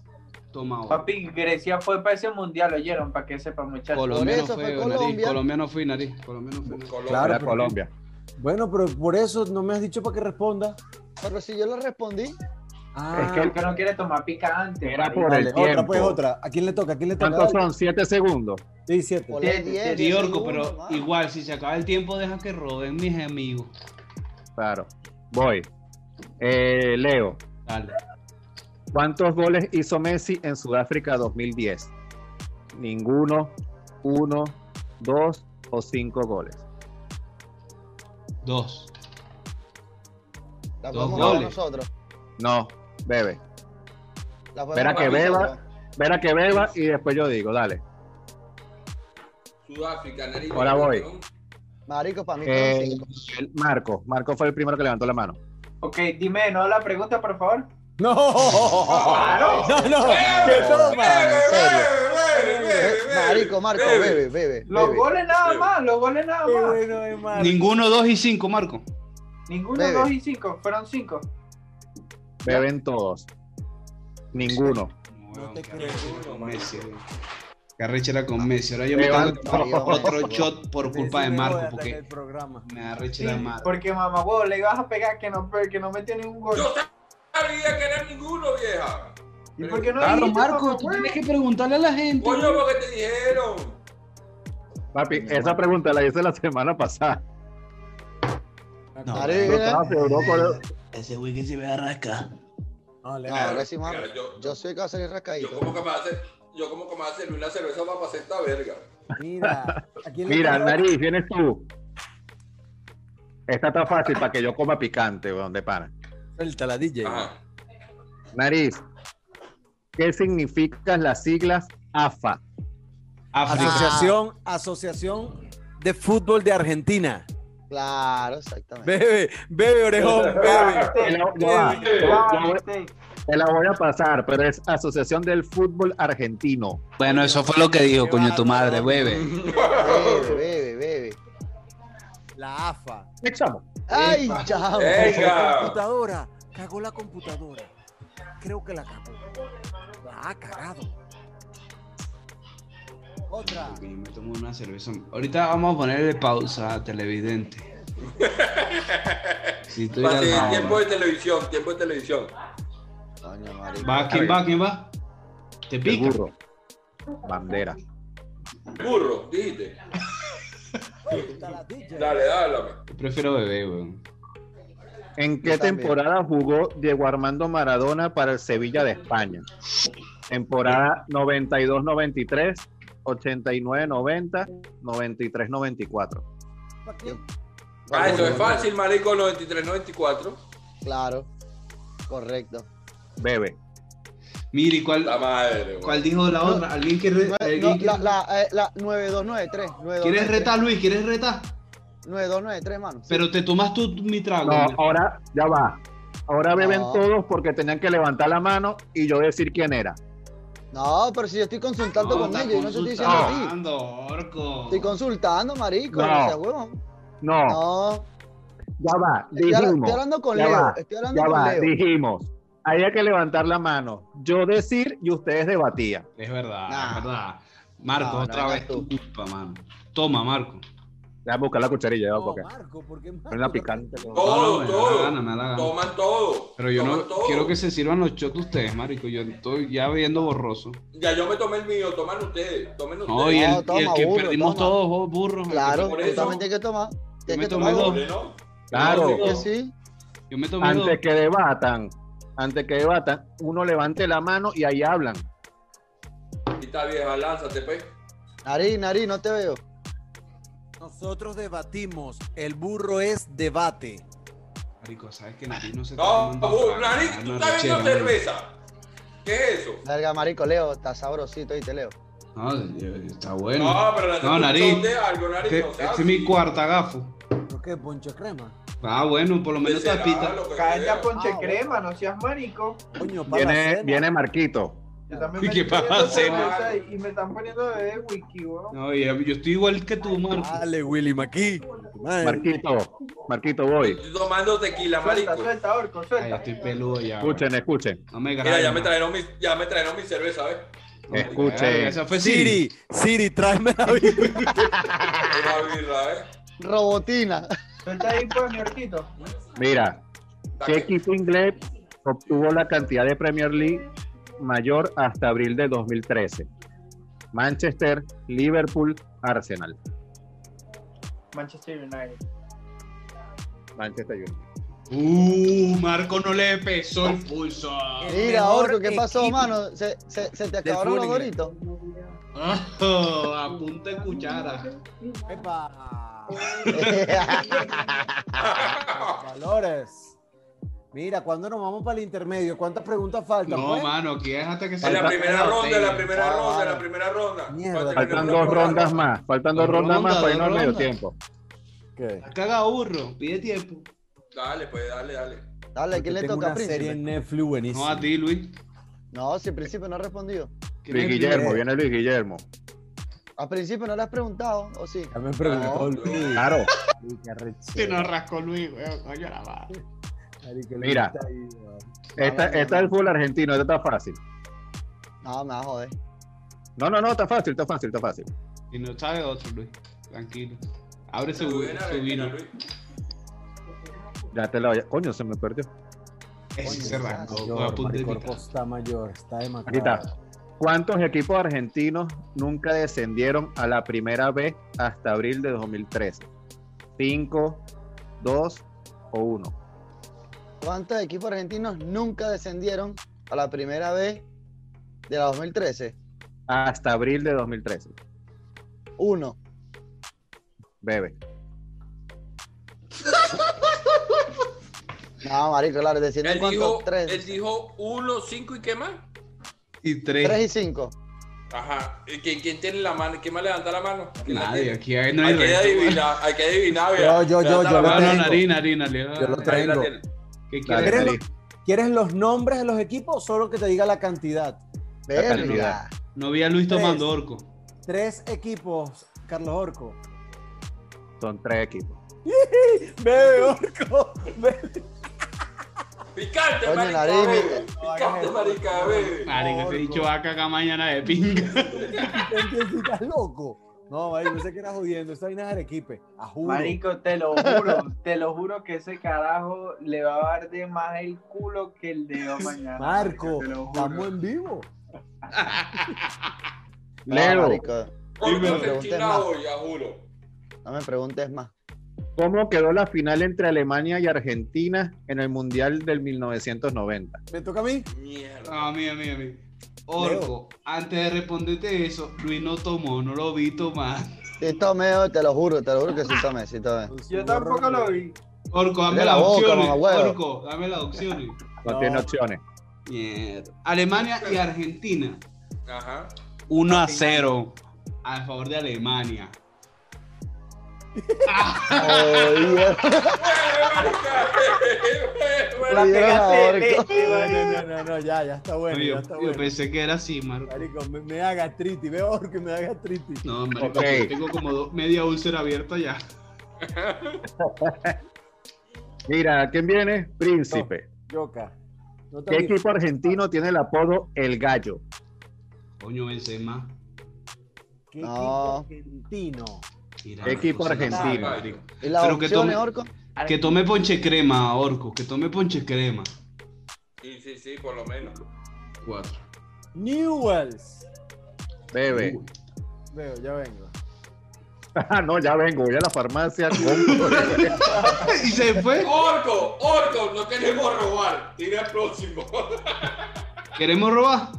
toma otra. Papi, Grecia fue para ese mundial, oyeron, para que sepan, muchachos. Colombia Por no eso fue, fue nariz. Colombia. Colombia no fui, nariz. Colombia no fui. nariz. Colombia. Claro, Era porque- Colombia. Bueno, pero por eso no me has dicho para que responda. Pero si yo lo respondí, Ah, Es que Porque no quiere tomar picante. Era marico. por el dale, otra, tiempo. pues otra. ¿A quién le toca? ¿A quién le toca? ¿Cuántos Dale. son? Siete segundos. Sí, siete. por el Sí, 10. Sí, Orco, pero igual, si se acaba el tiempo, deja que roben mis amigos. Claro. Voy. Eh, Leo, Dale. ¿cuántos goles hizo Messi en Sudáfrica 2010? Ninguno, uno, dos o cinco goles. Dos. La Dos podemos jugar goles. nosotros. No, bebe. La podemos Espera jugar que beba. nosotros. Verá que beba y después yo digo, dale. Sudáfrica, nariz. Ahora voy. Marico, para mí Eh, fueron cinco. Marco, Marco fue el primero que levantó la mano. Ok, dime no la pregunta, por favor. No, Ah, no, Claro. no. ¿Qué toma? Eh, Be- Eh, Marico, Marco, bebe, bebe. Los bebe. goles nada Bebe. más, los goles nada Qué más. bueno es Marco. Ninguno, dos y cinco, Marco. Ninguno, Bebe. dos y cinco, fueron cinco. Beben todos. Ninguno. No te Qué creo. arrechera con Messi, güey. Qué arrechera con Messi. Ahora yo me Levanta, tengo que tomar Dios. otro shot por culpa de Ese me Marco, jode hasta que porque el programa. me arrechera Sí, Marco. porque mamá, vos le ibas a pegar que no, que no metió ningún gol. Yo sabía que era ninguno, vieja. ¿Y por qué no Claro, dijiste, Marco, mamá, tú huevo? tienes que preguntarle a la gente. Coño, porque te dijeron. Papi, esa pregunta la hice la semana pasada. No, Marico, Estaba seguro con- Ese wiki se me arrasca. no, le- No, Ah, ahora sí, mamá. Mira, yo- Yo soy que va a salir rascadito. Yo como que me hace, yo como que me hace una cerveza para pasar esta verga. Mira, ¿a quién le Mira, toca? nariz, vienes tú. Esta está fácil para que yo coma picante, weón, de pana. Suéltala, DJ. Ajá. Nariz, ¿qué significan las siglas AFA? África. Asociación, Asociación de Fútbol de Argentina. Claro, exactamente. Bebe, bebe, orejón, bebe. Ya va, Lávate, ya va, lávate. Te la voy a pasar, pero es Asociación del Fútbol Argentino. Bueno, eso fue lo que dijo, coño, tu madre, bebé. Bebe, bebe, bebe. La AFA. Echamos. Ay, chao. Venga. Cagó la computadora. Cagó la computadora. Creo que la cagó. La ha cagado. Otra. Yo me tomo una cerveza. Ahorita vamos a ponerle pausa a televidente. Si estoy Va a seguir calmado. tiempo de televisión, tiempo de televisión. Coño, marico. Va, ¿quién va? ¿Quién va? Te El pica. burro. Bandera. Burro, dijiste. Suelta la DJ. Dale, háblame. Yo prefiero bebé, weón. ¿En qué Yo también. temporada jugó Diego Armando Maradona para el Sevilla de España? Temporada 92-93, 89-90, 93-94. ¿Para qué? Ah, eso es fácil, marico, 93-94. Claro. Correcto. Bebe. Mire, ¿y La ¿cuál, madre, güey. cuál dijo la otra? ¿Alguien quiere, No, alguien no, quiere- la, la, eh, la 9293. 9293. ¿Quieres retar, Luis? ¿Quieres retar? 9293, mano. Pero te tomas tú mi trago. No, ahora ya va. Ahora beben No. todos porque tenían que levantar la mano y yo decir quién era. No, pero si yo estoy consultando con ellos, yo no te estoy diciendo a ti. consultando, orco. Estoy consultando, marico. No, No. seas huevón. No, No. ya va. Estoy, habla- Dijimos. estoy hablando con ya Leo. va, Estoy hablando Ya con va, Leo. dijimos. Había que levantar la mano. Yo decir y ustedes debatían. Es verdad, Nah. es verdad. Marco, No, no, otra no, vez tú. tu culpa, mano. Toma, Marco. Déjame buscar la cucharilla, ya va, No, porque Marco, ¿por qué Marco? es la picante. weón. Todo, No, no, me da la todo. gana, me da la gana. Toman todo. Pero yo toman no todo. quiero que se sirvan los shots de ustedes, marico. Yo estoy ya viendo borroso. Ya yo me tomé el mío, toman ustedes. Tomen ustedes. No, y el, No, y el toma, que burro, perdimos toma. todos, vos, burro. Claro, Por tú eso- también tienes que tomar. Tienes me que tomé tomar dos. dos. Hombre, ¿no? Claro. Yo Que digo, sí. Yo me tomé dos. Antes que debatan, antes que debatan, uno levante la mano y ahí hablan. Quita vieja, lánzate, pues. Nari, Nari, no te veo. Nosotros debatimos. El burro es debate. Marico, sabes que Nariz no se está No, tomando uh, trago, Nariz, tú no, estás rechera, viendo marico. cerveza. ¿Qué es eso? Verga, marico, Leo, está sabrosito, te Leo. No, eh, está bueno. No, pero la No, Nariz. De algo, nariz. Este, o sea, este es mi cuarta gafo. ¿Por qué? Poncho crema. Ah, bueno, por lo menos será tapita. lo que Cállate a sea. pues. ponche Ah, bueno. crema, no seas marico. Coño, para la Viene, cena. viene Marquito. Yo también ¿Y me qué estoy pasa, bebiendo man? cerveza Y y me están poniendo bebé wiki, weón. No, y yo estoy igual que tú, Marco. Dale, Willy McKee. Madre. Marquito, Marquito, voy. Estoy tomando tequila, Suelta, marico. suelta, orco, Ay, ya suelta. estoy peludo ya. Escuchen, escuchen. No me grabes. Mira, ya me trajeron mi, ya me trajeron mi cerveza, ¿ves? No me Escuchen. grabes. Esa fue Siri. Siri, Siri, tráeme la vida. Una birra, ¿ves? Robotina. Suelta ahí, pues, mi orquito. Mira, ¿qué equipo inglés obtuvo la cantidad de Premier League mayor hasta abril de 2013? Manchester, Liverpool, Arsenal. Manchester United. Manchester United. Uh, Marco no le pesó el pulso. El Mira, mejor Orco, ¿qué pasó, equipo mano? ¿Se, se, se te del acabaron los fútbol inglés. doritos? Oh, a punta de cuchara. Epa. Valores. Mira, ¿cuándo nos vamos para el intermedio? ¿Cuántas preguntas faltan? No, pues? mano, aquí es hasta que se En la acabe primera ronda, en la botella. primera Ah, ronda, en la vale. primera ronda. Mierda. Cuando Faltan terminemos dos la rondas más. Faltan dos Dos rondas rondas, más para dos irnos al medio rondas. tiempo. ¿Qué? Caga burro, pide tiempo. Dale, pues, dale, dale. Dale, ¿a Porque ¿quién le tengo toca, una serie en Príncipe? Netflix buenísima. No a ti, Luis. No, si al principio no ha respondido. ¿Quién es Luis el Guillermo, primero? viene Luis Guillermo. Al principio no le has preguntado, ¿o sí? Ya me preguntó No, Luis. Claro. Uy, qué arrecho. primero? Si no rascó Luis, weón, coño la madre. Marico, Luis Mira. está ahí, weón. Esta, esta es el fútbol argentino, esta está fácil. No, me va a joder. No, no, no, está fácil, está fácil, está fácil. Y no sabe otro, Luis. Tranquilo. Abre su, Buena, su buena, vino. Luis. Ya te la voy a... Coño, se me perdió. Ese Coño, se está rascó. fue a Mayor, punta de marico, el cuchara. cuerpo está mayor, está Aquí está. demacrado. ¿Cuántos equipos argentinos nunca descendieron a la primera vez hasta abril de 2013? ¿Cinco, dos o uno? ¿Cuántos equipos argentinos nunca descendieron a la primera vez de la 2013? Hasta abril de 2013. Uno. Bebe. No, marico, claro, descienden Él cuántos? dijo, Tres. él dijo uno, cinco y qué más. Y Tres tres. y cinco. Ajá. ¿Y ¿Quién, quién tiene la mano? ¿Quién más levanta la mano? ¿Quién la Nadie, tiene? aquí hay- no hay Hay que resto. adivinar, hay que Yo, adivinar. yo, yo, Levanta yo la lo No, mano, no, tengo. nariz, nariz, nariz. Yo lo Nadie la tengo. tiene. ¿Qué Dale, quieres? Nariz. ¿Quieres los nombres de los equipos o solo que te diga la cantidad? Verga. No vi a Luis Tres. tomando orco. Tres equipos, Carlos Orco. Son tres equipos. Bebe Orco. bebe. Picante, Coño, marica, nariz, bebe. mira. Picante, marica, bebe. Marico, te he dicho vaca acá mañana de pinga. ¿Entiendes? ¿Estás loco? No, marico, pensé que era jodiendo. Esta vaina es Arequipe. A juro. Marico, te lo juro, te lo juro que ese carajo le va a dar de más el culo que el dedo mañana. Marco, marico, te lo juro. estamos en vivo. No, Leo. marico, Coño, Dímelo. te china hoy, ya juro. no me preguntes más. ¿Cómo quedó la final entre Alemania y Argentina en el Mundial del 1990? ¿Me toca a mí? Mierda. Ah, mira, mira, mira. Orco, antes de responderte eso, Luis no tomó, no lo vi tomar. Sí tomé, oh, te lo juro, te lo juro que sí tomé, sí tomé. Yo tampoco lo vi. Orco, dame Abre la las boca, opciones. mamahuevo. Orco, dame las opciones. No, No. tiene opciones. Mierda. Alemania y Argentina. Ajá. 1 a 0 a favor de Alemania. Oye, Bebe, marica, bebe, La bebe. Oye, pegaste de Marco. leche, No, marico. no, no, no, ya, ya está bueno. No, ya yo, está yo bueno. pensé que era así, Marco. Marico, me, me da gastritis. Veo Orco y me da gastritis. No, Marico, Ok. yo tengo como do- media úlcera abierta ya. Mira, ¿quién viene? Príncipe. Yoka. No te ¿Qué rías. equipo argentino tiene el apodo El Gallo? Coño, Benzema. ¿Qué equipo No. argentino? Mira, ¿Qué equipo Marco, se la argentino? sabe, marico. ¿Y las Pero que opciones, tome- Orco? Que tome ponche crema, Orco. Que tome ponche crema. Sí, sí, sí, por lo menos. Cuatro. Newells. Bebe. Uy. Veo, ya vengo. Ah, no, ya vengo, voy a la farmacia. compro. y se fue. Orco, orco, no queremos robar. Tira el próximo. ¿Queremos robar?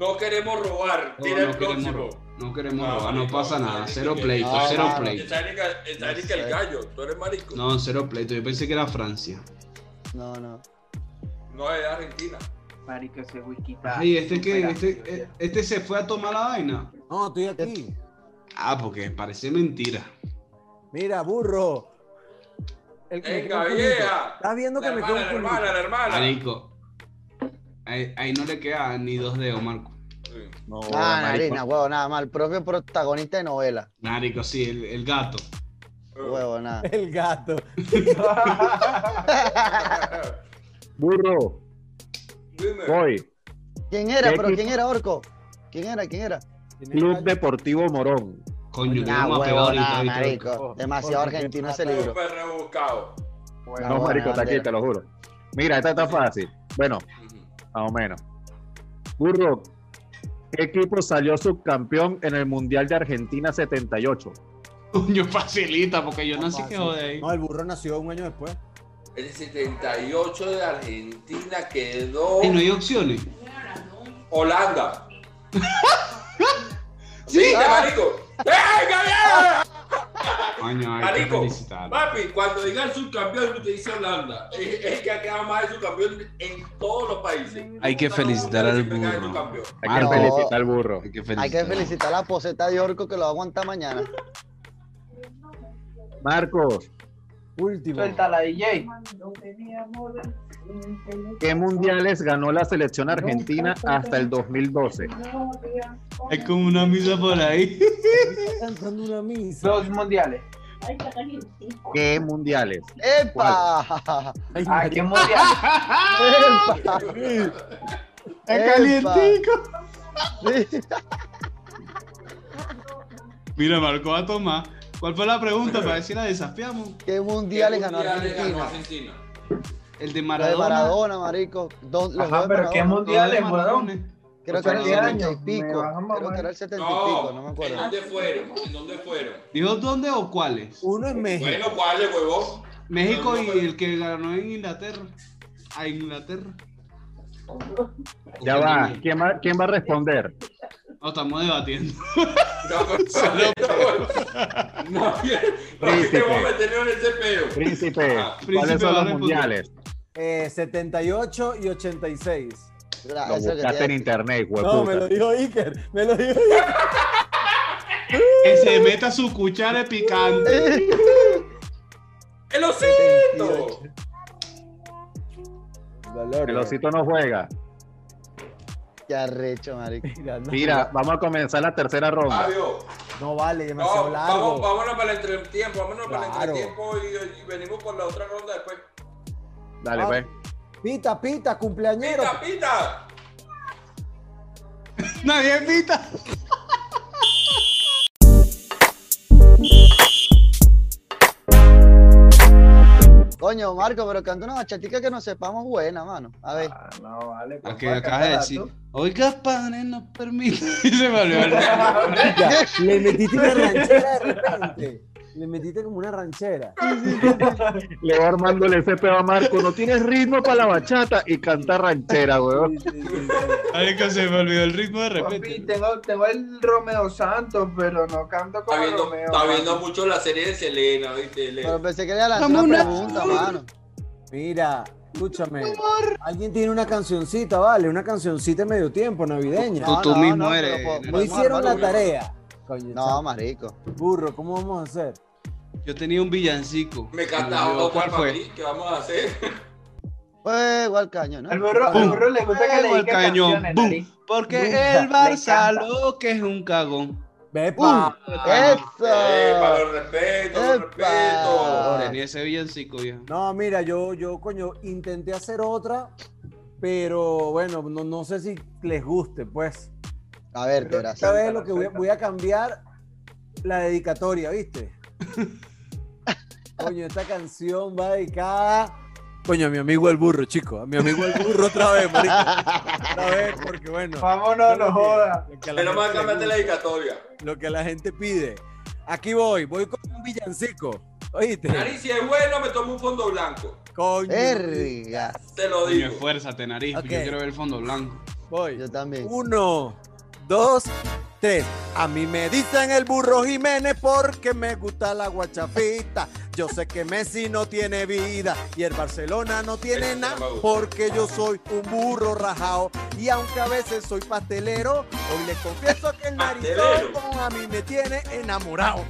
No queremos robar. No, Tira no el queremos próximo. Ah, robar. No queremos No, robar, no marico, pasa nada. marico, Cero que- pleito, No, cero mano. pleito. Está ni ca- está ni que el sé. gallo. Tú eres marico. No, cero pleito. Yo pensé que era Francia. No, no. Oh, No es Argentina. Marico, ese whisky Ah, está Ay, este que súper este, ácido, eh, este se fue a tomar la vaina. No, estoy aquí. Ah, porque parece mentira. Mira, burro. El que me queda Venga, un culito. vieja. Estás viendo que La me queda hermana, la un culito? hermana, la hermana. Marico. Ahí, ahí no le queda ni dos dedos, Marco. Sí. No, Ah, marico. narina, huevo, nada más. El propio protagonista de novela. Marico, sí, el, el gato. Oh. Huevo, nada. El gato. Burro, Dime. voy. ¿Quién era? ¿Qué ¿Pero equipo? quién era, Orco? ¿Quién era? ¿Quién era? Club Deportivo Morón. Coño, yo Nah, más huevo, peor. nada, ahorita, ahorita. marico. Demasiado Orco, argentino qué ese rata. libro. Súper rebuscado. Ah, no, buena marico, está aquí, bandera. te lo juro. Mira, esta está fácil. Bueno, más o menos. Burro, ¿qué equipo salió subcampeón en el Mundial de Argentina 78? Coño, facilita, porque yo no sé qué Fácil. joder. ahí. No, el burro nació un año después. El 78 de Argentina quedó Ay, no hay opciones. Holanda. Sí. ¿Viste, ah. marico? ¡Venga, venga! Coño, hay que Marico, Ah. felicitarlo. papi, cuando diga el subcampeón, tú te dice Holanda. Es, es que ha quedado más el subcampeón en todos los países. Hay que felicitar al Siempre queda el burro. subcampeón. Hay Marco. que felicitar al burro. Hay que Hay que felicitarlo. felicitar a la poseta de Orco que lo aguanta mañana. Marcos, Último. Suelta la DJ. ¿qué mundiales ganó la selección argentina hasta el 2012? Es como una misa por ahí. Está cantando una misa. Dos mundiales. ¿Qué mundiales? ¡Epa! Ay, Ah, marico, qué mundiales. ¡Epa! ¡Es calientico! Sí. Mira, Marco va a tomar. ¿Cuál fue la pregunta para decir la desafiamos? ¿Qué mundiales ganó Mundiales ganó Argentina? Argentina? El Lo de de Maradona. Maradona, marico. Dos- los Ajá, dos de pero qué Maradona. mundiales, Todo de weón. Maradona. Creo que era 80 el 70 y años, me pico. vas a mamar. Creo que era el 70 y pico, no me No, ¿en acuerdo. dónde fueron? ¿En dónde fueron? ¿Dijo dónde o cuáles? Uno es México. Bueno, ¿cuál es, huevón? México No, y no, pero- el que ganó en Inglaterra. A Inglaterra. Ya va, ¿quién va, quién va a responder? No, estamos debatiendo. No, pero- No, no Príncipe. queremos meternos en ese peo. Príncipe, Ah, Príncipe ¿cuáles va son a los responder. mundiales? Eh, 78 y 86. Era- Lo Ah, eso que buscaste en tiene- internet, No, me lo hueputa. dijo Iker. Me lo dijo Iker. Que se meta su cuchara de picante. ¡El osito! La Dolores. El osito no juega. Qué arrecho, marico. Mira, no, Mira, vamos a comenzar la tercera ronda. Fabio, No vale, demasiado no, largo. vamos, vámonos para el entretiempo, vámonos para el Claro. entretiempo y, y venimos con la otra ronda después. Dale, pues. Pita, pita, cumpleañero. ¡Pita, pita! Nadie pita. Coño, Marco, pero canta una bachatica que nos sepamos buena, mano. A ver. Ah, no, vale. Lo pues, que para acabas de cada decir. rato. Oiga, padre, no permite. Y se me olvidó el nombre. Ya, le metiste una ranchera de repente. Le metiste como una ranchera. Le va armándole ese pedo a Marco. No tienes ritmo para la bachata y canta ranchera, weón. Marico, se me olvidó el ritmo de Papi, repente. tengo, tengo el Romeo Santos, pero no canto Está como viendo, Romeo. está viendo mucho la serie de Selena, ¿viste? Le- Pero pensé que le iba a lanzar Vamos una una- pregunta, mano. Mira, escúchame. Alguien tiene una cancioncita, vale, una cancioncita de medio tiempo navideña. Tú- tú mismo pero eres- po- no No podemos hicieron armar la una. tarea. Coño, No, marico. burro, ¿cómo vamos a hacer? Yo tenía un me villancico. Se me cantaba olvidó otra ¿Cuál pa' fue? mí, ¿Qué vamos a hacer? Fue igual caño, ¿no? Al burro, al Pum. burro le gusta que le Pego el dedique cañón. canciones, boom, nariz. Porque Nunca el le Barça encanta. lo que es un cagón. Vepa. Eh, para ¡Eso! el respeto, para el Epa. respeto. Ah. Tenía ese villancico, viejo. No, mira, yo, yo, coño, intenté hacer otra, pero bueno, no, no sé si les guste, pues. A ver, Pero- gracias. Esta vez lo que voy, a- voy a cambiar la dedicatoria, ¿viste? Coño, esta canción va dedicada. Coño, a mi amigo el burro, chico. A mi amigo el burro otra vez, marico. Otra vez, porque bueno. Vámonos, no joda. Lo que a la Pero más gente le cámbiate gusta, la dedicatoria. Lo que la gente pide. Aquí voy, voy con un villancico. ¿Oíste? Nariz, si es bueno, me tomo un fondo blanco. Coño. Verga. Te lo Coño, digo. esfuérzate, nariz. Ok. Yo quiero ver el fondo blanco. Voy. Yo también. Uno, dos, tres. A mí me dicen el burro Jiménez porque me gusta la guachafita. Yo sé que Messi no tiene vida y el Barcelona no tiene Ese nada me gusta. porque yo soy un burro rajao. Y aunque a veces soy pastelero, hoy les confieso que el narizón Pastelero. como a mí me tiene enamorado.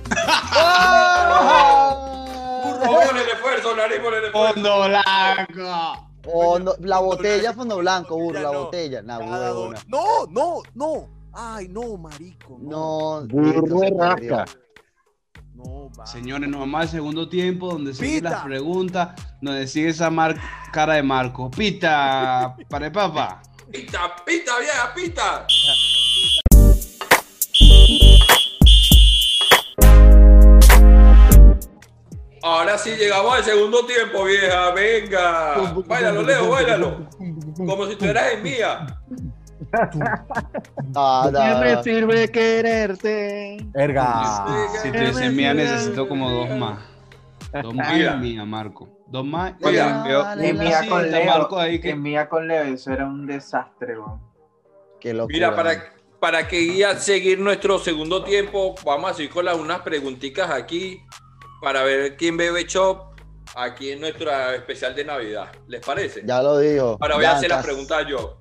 ¡Oh! Pon el esfuerzo, nariz, pon el esfuerzo. ¡Fondo blanco! Fondo- la Fondo botella, blanco, fondo blanco, burro, la botella no. botella. Nah, Cada dos- huevona. No, no, no. Ay, no, marico. No, No. esto Burro se perdió. rasca. no, va. Señores, nos vamos al segundo tiempo donde siguen Pita. las preguntas, donde sigue esa mar- cara de Marco. Pita, para el papá. Pita, pita, vieja, pita. Ahora sí llegamos al segundo tiempo, vieja. Venga. Báilalo, Leo, báilalo. Como si tú eras en mía. Ah, nah, nah. sirve quererte? Verga. Ah, Si te dicen mía, necesito como dos más. Dos más y mía, Marco. Dos más y Mira, mía. vale, Y la- mía Sí, con está Leo. Marco ahí que- Y mía con Leo, eso era un desastre, weón. Qué locura, Mira, man. para, para que guía seguir nuestro segundo tiempo, vamos a seguir con las, unas preguntitas aquí para ver quién bebe shop aquí en nuestro especial de Navidad. ¿Les parece? Ya lo dijo. Ahora voy a hacer las Blancas. preguntas yo.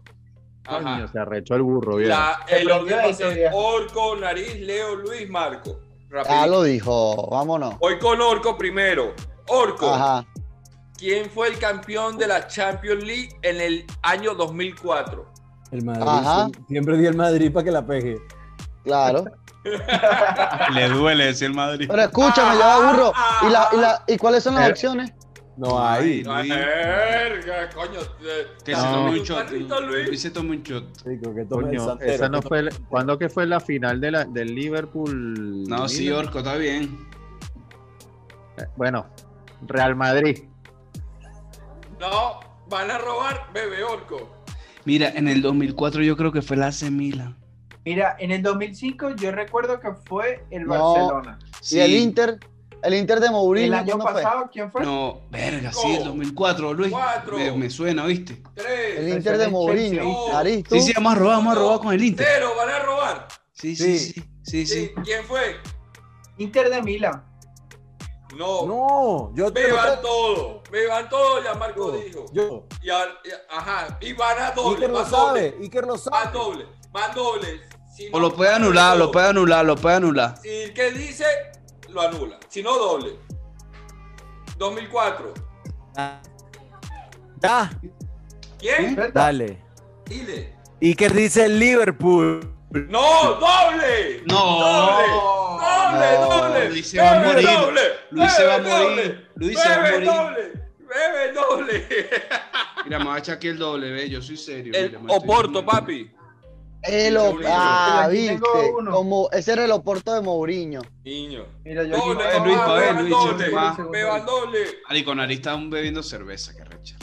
Ajá. se arrechó el burro, bien. La- Se el prendió orden va a eso, ser viejo. Orco, Nariz, Leo, Luis, Marco. Ya Rápido. lo dijo. Vámonos. Voy con Orco primero. Orco, Ajá. ¿quién fue el campeón de la Champions League en el año 2004? El Madrid. Ajá. siem- Siempre di el Madrid para que la pegue. Claro. Le duele decir el Madrid. Pero escúchame, ya va burro. ¿Y, la, y, la, ¿Y cuáles son las Eh. opciones? No hay. Luis, Verga, coño. eh, Que se No. tome un shot. Carrito, Luis. Luis se tome un shot. Rico, que tome el Coño, santero, esa no que fue. tome la- el santero. ¿Cuándo que fue la final de la, del Liverpool? No, sí, Liverpool? Orco, está bien. Eh, Bueno, Real Madrid. No, van a robar Bebe Orco. Mira, en el 2004 yo creo que fue la AC Milan. Mira, en el 2005 yo recuerdo que fue el No. Barcelona. ¿Y el Sí. Inter? ¿El Inter de El Mourinho? año ¿cuándo fue? pasado, ¿quién fue? No, verga, sí, el 2004, Luis. Cuatro. Me, me suena, ¿viste? El Tres. Inter de Mourinho. Chelsea. Nariz, tú. Sí, sí, vamos a robar, vamos a robar con el Inter. Cero, van a robar. Sí, sí, sí, sí, sí. Sí, ¿Quién fue? Inter de Milan. No. No, yo te Beban todo. Beban todo, ya Marco dijo. Yo. Y, a- y- ajá. Y van a doble. Iker lo Van doble. sabe. Iker lo Van sabe. doble. Van doble. Si O no, lo puede anular, doble. lo puede anular, lo puede anular. Si el que dice, lo anula. Si no, doble. 2004. Ya. ¿Quién? Dale. Chile. ¿Y qué dice el Liverpool? ¡No! ¡Doble! No. ¡Doble! No. ¡Doble! Luis se va a ¡Bebe morir. doble! Luis se va a ¡Bebe morir. doble! Luis se va a ¡Bebe morir. doble! ¡Bebe doble! Mira, me va a echar aquí el doble, ve, yo soy serio. El mira, me estoy- Oporto, papi. El Yo Op- vi- Ah, aquí viste. tengo uno. Como ese era el Oporto de Mourinho. Niño. Mira, yo Doble, eh, Luis, papá, eh, beban Luis, doble, Luis, papá, Luis. beban doble. Marico, nariz están bebiendo cerveza, qué recha.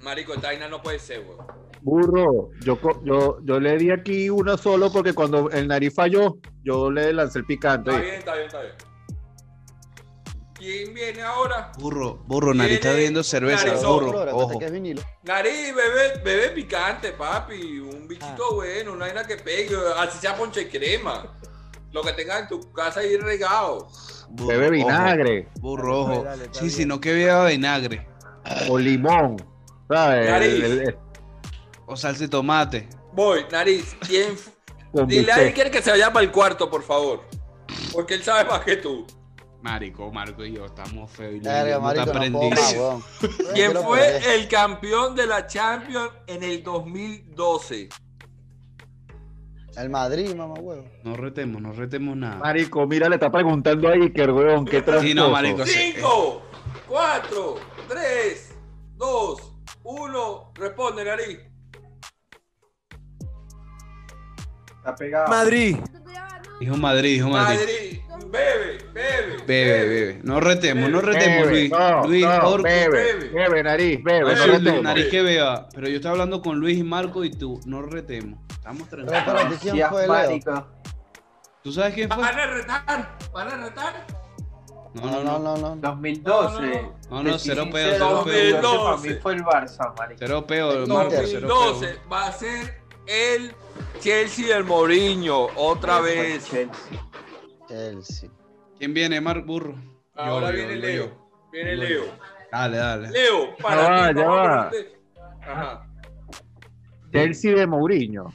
Marico, esta vaina no puede ser, weón. Burro, yo, co- yo, yo le di aquí uno solo porque cuando el nariz falló, yo le lancé el Está picante. bien, está bien, está bien. ¿Quién viene ahora? Burro, burro, Tiene nariz está bebiendo cerveza, narizón, burro. Flora, Ojo. que es vinilo. Nariz, bebé, bebé picante, papi. Un bichito Ah. bueno, una vaina que pegue. Así sea ponche crema. Lo que tengas en tu casa ahí regado. burro, Bebe ojo, vinagre burro, ojo. Dale, está Sí, bien. sí, no que beba vinagre. o limón, ¿sabes? Nariz. El- el- el- O salsa de tomate. Voy, nariz, ¿quién? f- con Dile a bistec. él que se vaya para el cuarto, por favor. Porque él sabe más que tú. Marico, Marco y yo estamos feos. y no- Verga, no te marico, no puedo aprendí. más, weón. ¿Quién Quiero perder. fue el campeón de la Champions en el 2012? El Madrid, mamá, huevo. No retemos, no retemos nada. Marico, mira, le está preguntando a Iker, weón, qué tramposo. Sí, no, marico. sí. 5, 4, 3, 2, 1. Responde, nariz. Está pegado. Madrid. Dijo Madrid, dijo Madrid. Madrid, bebe, bebe. Bebe, bebe. No retemos, no retemos, Bebe, Luis. no, Luis, no, por- bebe, bebe. bebe, nariz, bebe, Bebe, no Luis, retemos. nariz que beba. Pero yo estoy hablando con Luis y Marco y tú. No retemos. Estamos Pero tranquilos. para ti, ¿quién fue Leo? marico. ¿Tú sabes quién fue? ¿Van a retar? ¿Van a retar? No, No, no, no, no. no, no. 2012. No, no, cero pedo, 16, cero pedo. 2012, Para mí fue el Barça, marico. Cero peor, No, Marco, pero cero peor. 2012 va a ser el Chelsea del Mourinho otra vez. Chelsea. Chelsea. ¿Quién viene, Mar Burro? Ahora Yo, yo, viene yo, Leo. yo. Viene Leo. Dale, dale. Leo, para va, ti. ya vamos a va. preguntar- Ajá. Chelsea de Mourinho.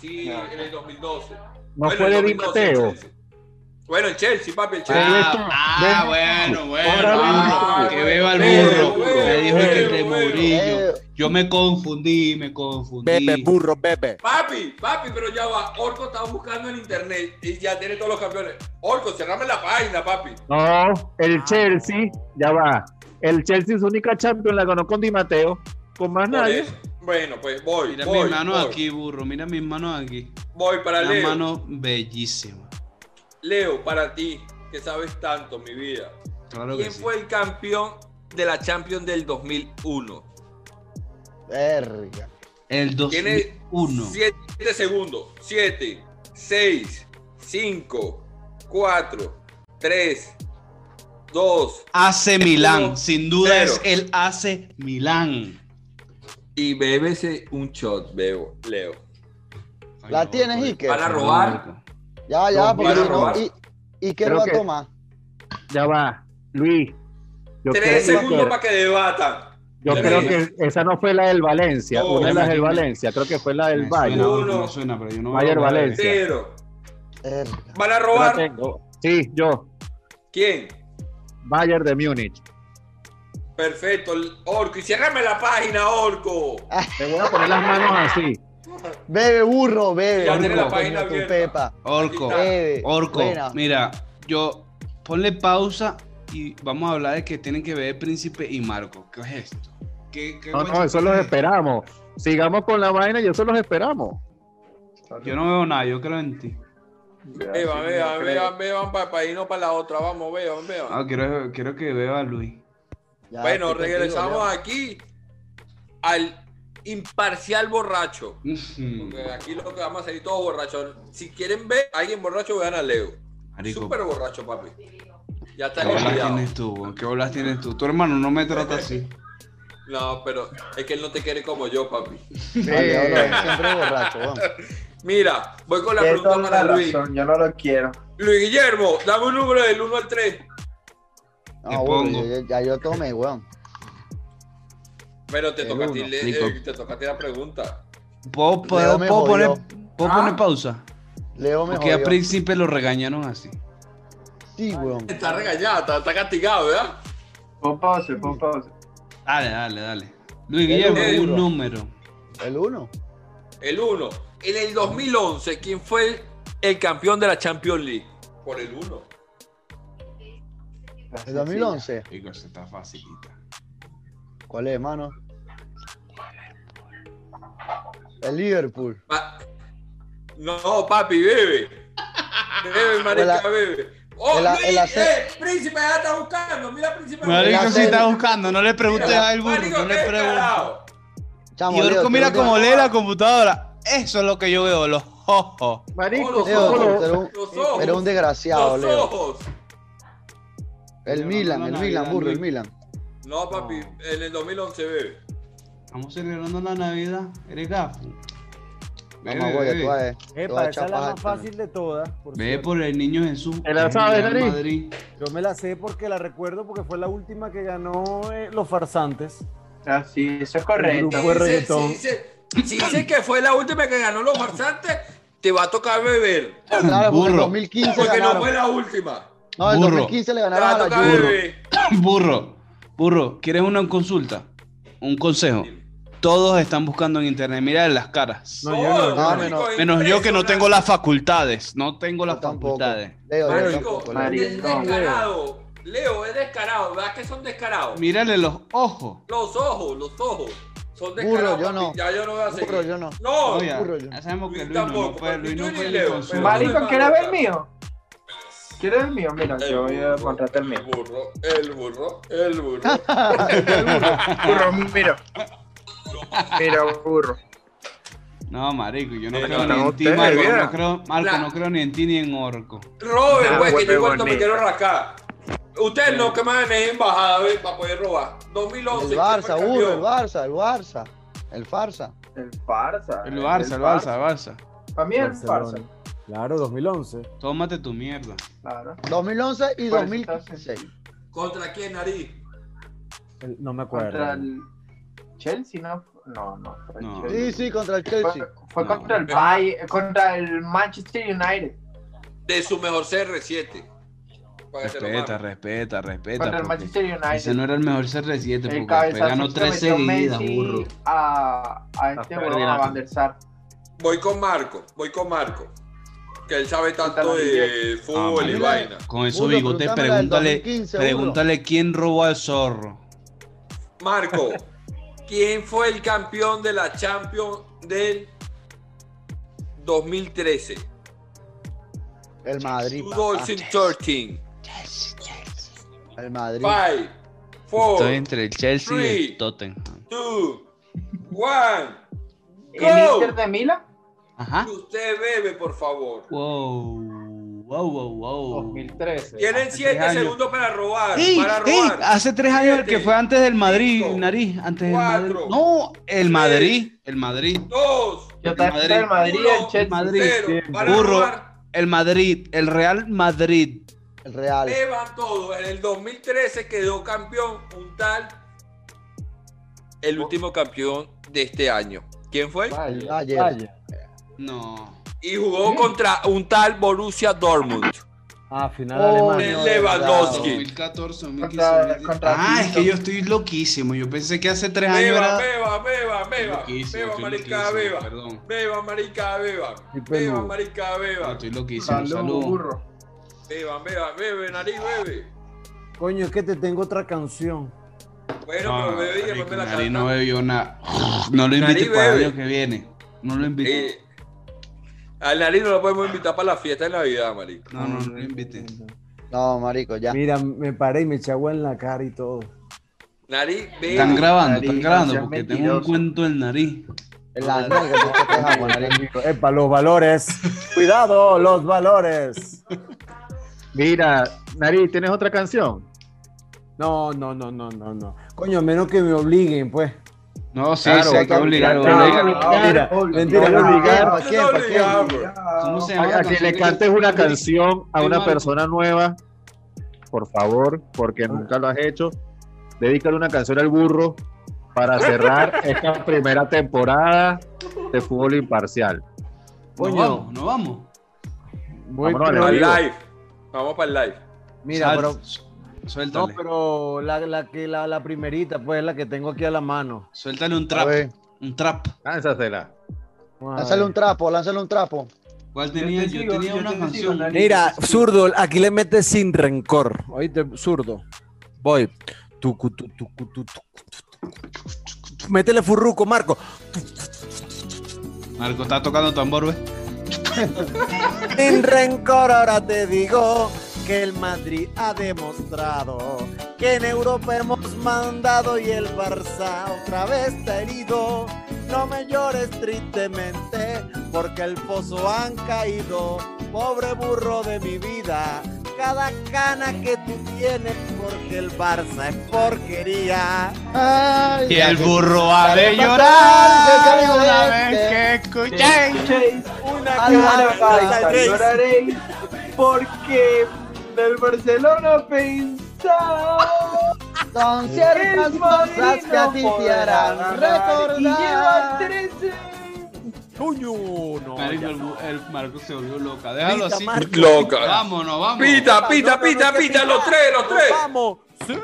Sí, en el 2012. No Bueno, fue el de Di 2012 el Mateo. Chelsea. Bueno, el Chelsea, papi, el Chelsea. Ah, ah, bueno, bueno. Ahora ah, ven. que beba el Bebe, burro. bebe, Me dijo bebe, que de bebe. Mourinho. Eh, Yo me confundí, me confundí. Bebe, burro, bebe. Papi, papi, pero ya va. Orco está buscando en internet y ya tiene todos los campeones. Orco, cerrame la página, papi. No, el Chelsea, ya va. El Chelsea su única Champions la ganó con Di Mateo, con más Por nadie. eso. Bueno, pues voy. Mira voy, mis manos voy. aquí, burro. Mira mis manos aquí. Voy para Una Leo. mano bellísima. Leo, para ti, que sabes tanto, mi vida. Claro que ¿Quién sí. fue el campeón de la Champions del 2001? Verga. El Tiene 2001. 7 segundos. 7, 6, 5, 4, 3, 2 AC Milán. Uno, Sin duda cero. es el AC Milán. y bébese un shot, bebo, Leo. Ay, ¿La no, tienes, estoy- Iker? Para robar. Marco. Ya, ya, Los porque van a si no. robar. ¿Y, y qué Creo va a que- tomar? Ya va. Luis. Yo Tres creo, segundos para que debatan. yo Tres. creo que esa no fue la del Valencia, No, una de las del imagínate. Valencia, creo que fue la del Me Bayern. suena, Uno. me suena, pero yo no Bayern voy a- Valencia. Cero. Verga. ¿Van a Yo la robar? tengo. Sí, yo, ¿Quién? Bayern de Múnich. Perfecto, Orco. Y ciérrame la página, Orco. Te voy a poner las manos así. Bebe, burro, bebe. Ya tiene la burro, página coño, tu abierta. pepa. Orco. Ah, Bebe. Orco. Buena. Mira, yo ponle pausa y vamos a hablar de que tienen que ver Príncipe y Marco. ¿Qué es esto? ¿Qué, qué No, hueso no, eso los es? esperamos. Sigamos con la vaina y eso los esperamos. Yo no veo nada, yo creo en ti. Beban, beban, beban, beban para irnos para la otra. Vamos, beban, beban. Ah, quiero, quiero que vea a Luis. Ya, Bueno, estoy contigo, regresamos ya. aquí al imparcial borracho. Ujú. Porque aquí lo que vamos a salir todos borrachos. Si quieren ver a alguien borracho, vean a Leo. Marico, Súper borracho, papi. Ya ¿qué está bolas limpiado. tienes tú? bro? ¿Qué bolas tienes tú? Tu hermano no me trata así. No, pero es que él no te quiere como yo, papi. Vale, ahora, siempre borracho, vamos. Mira, voy con la Tiene pregunta toda la para Luis. razón, yo no lo quiero. Luis Guillermo, dame un número del 1 al 3. Te No, burro, pongo. yo- yo- ya yo tomé, weón. Pero te El toca, a ti, uno, le- Nico. eh, te toca a ti la pregunta. ¿Puedo, puedo- Leo me puedo poner, jodió. puedo Ah. poner pausa? Leo me Porque a jodió. Príncipe lo regañaron así. Sí, weón. Está regañada, está, está castigado, ¿verdad? Pon pause, pon pause. Dale, dale, dale. Luis Guillermo, El un uno. número. El 1. El 1. En el 2011, ¿quién fue el campeón de la Champions League? Por el 1. El 2011. Digo, esa está facilita. ¿Cuál es, hermano? El Liverpool. No, papi, bebe. Bebe, marica, El a- bebe. ¡Oh, el a- Luis! el a- eh, ¡Príncipe, ya está buscando! ¡Mira, príncipe! Marico, Gracias. sí está buscando. No le preguntes Mira, a él, burro. marico, No le qué preguntes. carajo. Chamo, Y Orco Leo, mira te lo- cómo lee la computadora. Eso es lo que yo veo, los ojos. Marico, Hola, Leo, ¿cómo tú- lo- tú eres un- Los ojos. eres un desgraciado, Los Leo. ojos. El Leo, Milan, no, el no, Milan, Navidad, burro, el Luis. Milan. No, papi, en el 2011, bebe. Estamos celebrando la Navidad. Eres gafo. Ve, Mamá, ve, güey, ve. tú vas Epa, esa es la más chapajarte, fácil de todas. por Ve cierto. por el niño Jesús. ¿Te la El sabes, Real Nariz? Madrid. Yo me la sé porque la recuerdo porque fue la última que ganó eh, Los Farsantes. Ah, sí, eso es El correcto. grupo. Fue Si dice- reggaetón. si dice- si dice que fue la última que ganó los farsantes, te va a tocar beber. Claro, porque en Burro. 2015 Porque no ganaron. fue la última. No, en Burro. 2015 Te le va a ganaron a la tocar Juve. Burro. beber. Burro, burro, ¿quieres una consulta? Un consejo. Todos están buscando en internet. Mira las caras. No, yo no. Todo, No, Oh, marico, Ah, menos- es Menos yo que no tengo impresionante. las facultades. No tengo las Yo tampoco. facultades. Leo, Leo, Marico, tampoco, Leo. Marico. es descarado. Leo, es descarado. ¿Verdad que son descarados? Mírale los ojos. Los ojos, los ojos. Son Burro, descarados. yo papi. no. Ya yo no voy a seguir. Burro, yo no. No, Oye, burro, yo. ya sabemos que Luis Luis no, no tampoco, puede, Luis ni no tú ni puede ni Leo, consulta. pero- Marico, ¿quieres ver el mío? ¿Quieres ver el mío? Mira, El yo voy a burro, contratar el El mío. burro, el burro, el burro. Ah, Burro, mira. Mira, burro. No, marico, yo no Eh, creo no, ni no, en ti, ustedes, Marco. mira. No creo, Marco, La- no creo ni en ti ni en Orco. Roben, Nah, güey, que yo huepe cuento me bonito. quiero rascar. Ustedes no que más en embajada ¿ves? para poder robar. 2011. El ¿quién fue Barça, campeón? burro, el Barça, el Barça. El Farsa. El Barça. El Barça, el Barça, el Barça. Para mí el Barça. Barcelona. Claro, 2011. Tómate tu mierda. Claro. 2011 y Por eso estás 2015. ¿Contra quién, Nariz? El- no me acuerdo. Contra el Chelsea, ¿no? No, no. fue el No. Chelsea. Sí, sí, contra el Chelsea. Fue, fue No. contra el Bayern, contra el Manchester United. De su mejor CR7. Para que se lo Respeta, mamen. respeta, Contra respeta. el porque Manchester United. Ese no era el mejor CR7 el porque después cabezazo ganó que tres metió seguidas, Messi burro. A, a este A huevón, a Ferdinand. Van der Sar. Voy con Marco, voy con Marco. Que él sabe tanto de Ah, fútbol y marico. vaina. Con esos Burro, bigotes, pregúntame la del pregúntale, 2015, burro. pregúntale quién robó al zorro. Marco, ¿quién fue el campeón de la Champions del 2013? El Madrid. papá. 2013. El Madrid. 5, Estoy 4, entre el Chelsea y Oh. Three. el Tottenham. 2, 1. ¿El Go. Inter de Milán? ¿Ah? Ajá. Usted bebe, por favor. Wow, wow, wow, wow. 2013. Tienen hace 7 tres años. Ah. segundos para robar. ¡Ey! para ¡Ey! robar. Hace tres años el que Siete, fue antes del Madrid, cinco, nariz, antes del Madrid. cuatro, No, el tres, Madrid, el Madrid, 2, Yo también Madrid. estoy en Madrid, Uno, el Chelsea. Madrid. 0. sí. Para Burro. robar. el Madrid, el Real Madrid. El Real. Beban todo. En el 2013 quedó campeón un tal. El último campeón de este año. ¿Quién fue? El Vaya. Bayern. No. Y jugó contra un tal Borussia Dortmund. Ah, final Oh, alemán. De no, Lewandowski. 2014, 2015. Contra- contra ah, Tito. es que yo estoy loquísimo. Yo pensé que hace tres años Beba, era. beba, beba, beba. Loquísimo, Beba, estoy marica, loquísimo, beba. Perdón. Beba, marica, beba. Y Beba, peludo. marica, No, beba. Estoy loquísimo. Salud, Salud. burro. Beba, beba, bebe, nariz, bebe. Coño, es que te tengo otra canción. Bueno, No, pero bebe y después me la Nari no canta. bebió nada. No lo invite Nari para el bebe. año que viene. No lo invite. Eh, al nariz no lo podemos invitar para la fiesta de Navidad, marico. No, no, no lo invite. eh, No, marico, ya. Mira, me paré y me eché agua en la cara y todo. Nariz, Están beba. grabando, Nari, están no grabando seas porque tengo un mentiroso. cuento en nariz. El Arsenal que tú te quejas, Madrid. Epa, los valores. Cuidado, los valores. Mira, Nari, ¿tienes otra canción? No, no, no, no, no, no. Coño, a menos que me obliguen, pues. No, sí, Claro, sí, hay que claro, obligar. claro. obligar. Claro. Mira, mentira, Voy a no. obligar, ¿pa' Yo quién, no pa' quién? obligaba. ¿Cómo se llama A, la a que canción le que- cantes una canción a Sí, una Marco. persona nueva, por favor, porque nunca lo has hecho. Dedícale una canción al burro para cerrar esta primera temporada de fútbol imparcial. No Coño. vamos, no vamos. Voy Vámonos, primero. Para el Nariz. live. Vamos para el live. Mira, Sal- pero No, Suéltale. pero la, la, que, la, la primerita, pues la que tengo aquí a la mano. Suéltale un trap. ver. Un trap. Lánzasela. Lánzale un trapo, lánzale un trapo. ¿Cuál tenía? te Yo, sigo, tenía yo una te canción. sigo, Mira, zurdo, aquí le metes sin rencor. Oíste, zurdo. Voy. Tucu, tu, tucu, tu, tucu, tu, tucu, tu, tu. Métele furruco, Marco. Marco está tocando tambor, ¿ves? Sin rencor ahora te digo que el Madrid ha demostrado que en Europa hemos mandado y el Barça otra vez está herido. No me llores tristemente porque el pozo han caído. Pobre burro de mi vida, cada cana que tú tienes porque el Barça es porquería. Ay, Y ya el que- burro ha Dale de pa' llorar atrás, una déjame vez que verte. escuché. Una Ahora cana basta, lloraréis porque del Barcelona pensaba Son que ciertas el cosas Madrid que a ti no te harán podrá ganar y lleva recordar. 13. Coño, no. Marico, ya. el, el Marco se volvió loca. Déjalo Pita, así. Marco, Loca. pita. Vámonos, vamos. No, Pita, pita, no, no, pita, que pita, pita. los tres, los Nos tres. Vamos. Sí.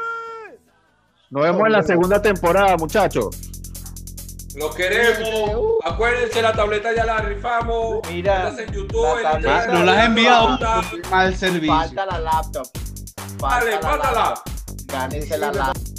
Nos vemos en la segunda temporada, muchachos. Los queremos. Acuérdense, la tableta ya la rifamos. Mira, Estás en YouTube. la en tableta- Instagram, No la has enviado. Dale, Mal servicio. Falta la laptop. Falta pátala. Gánense la laptop.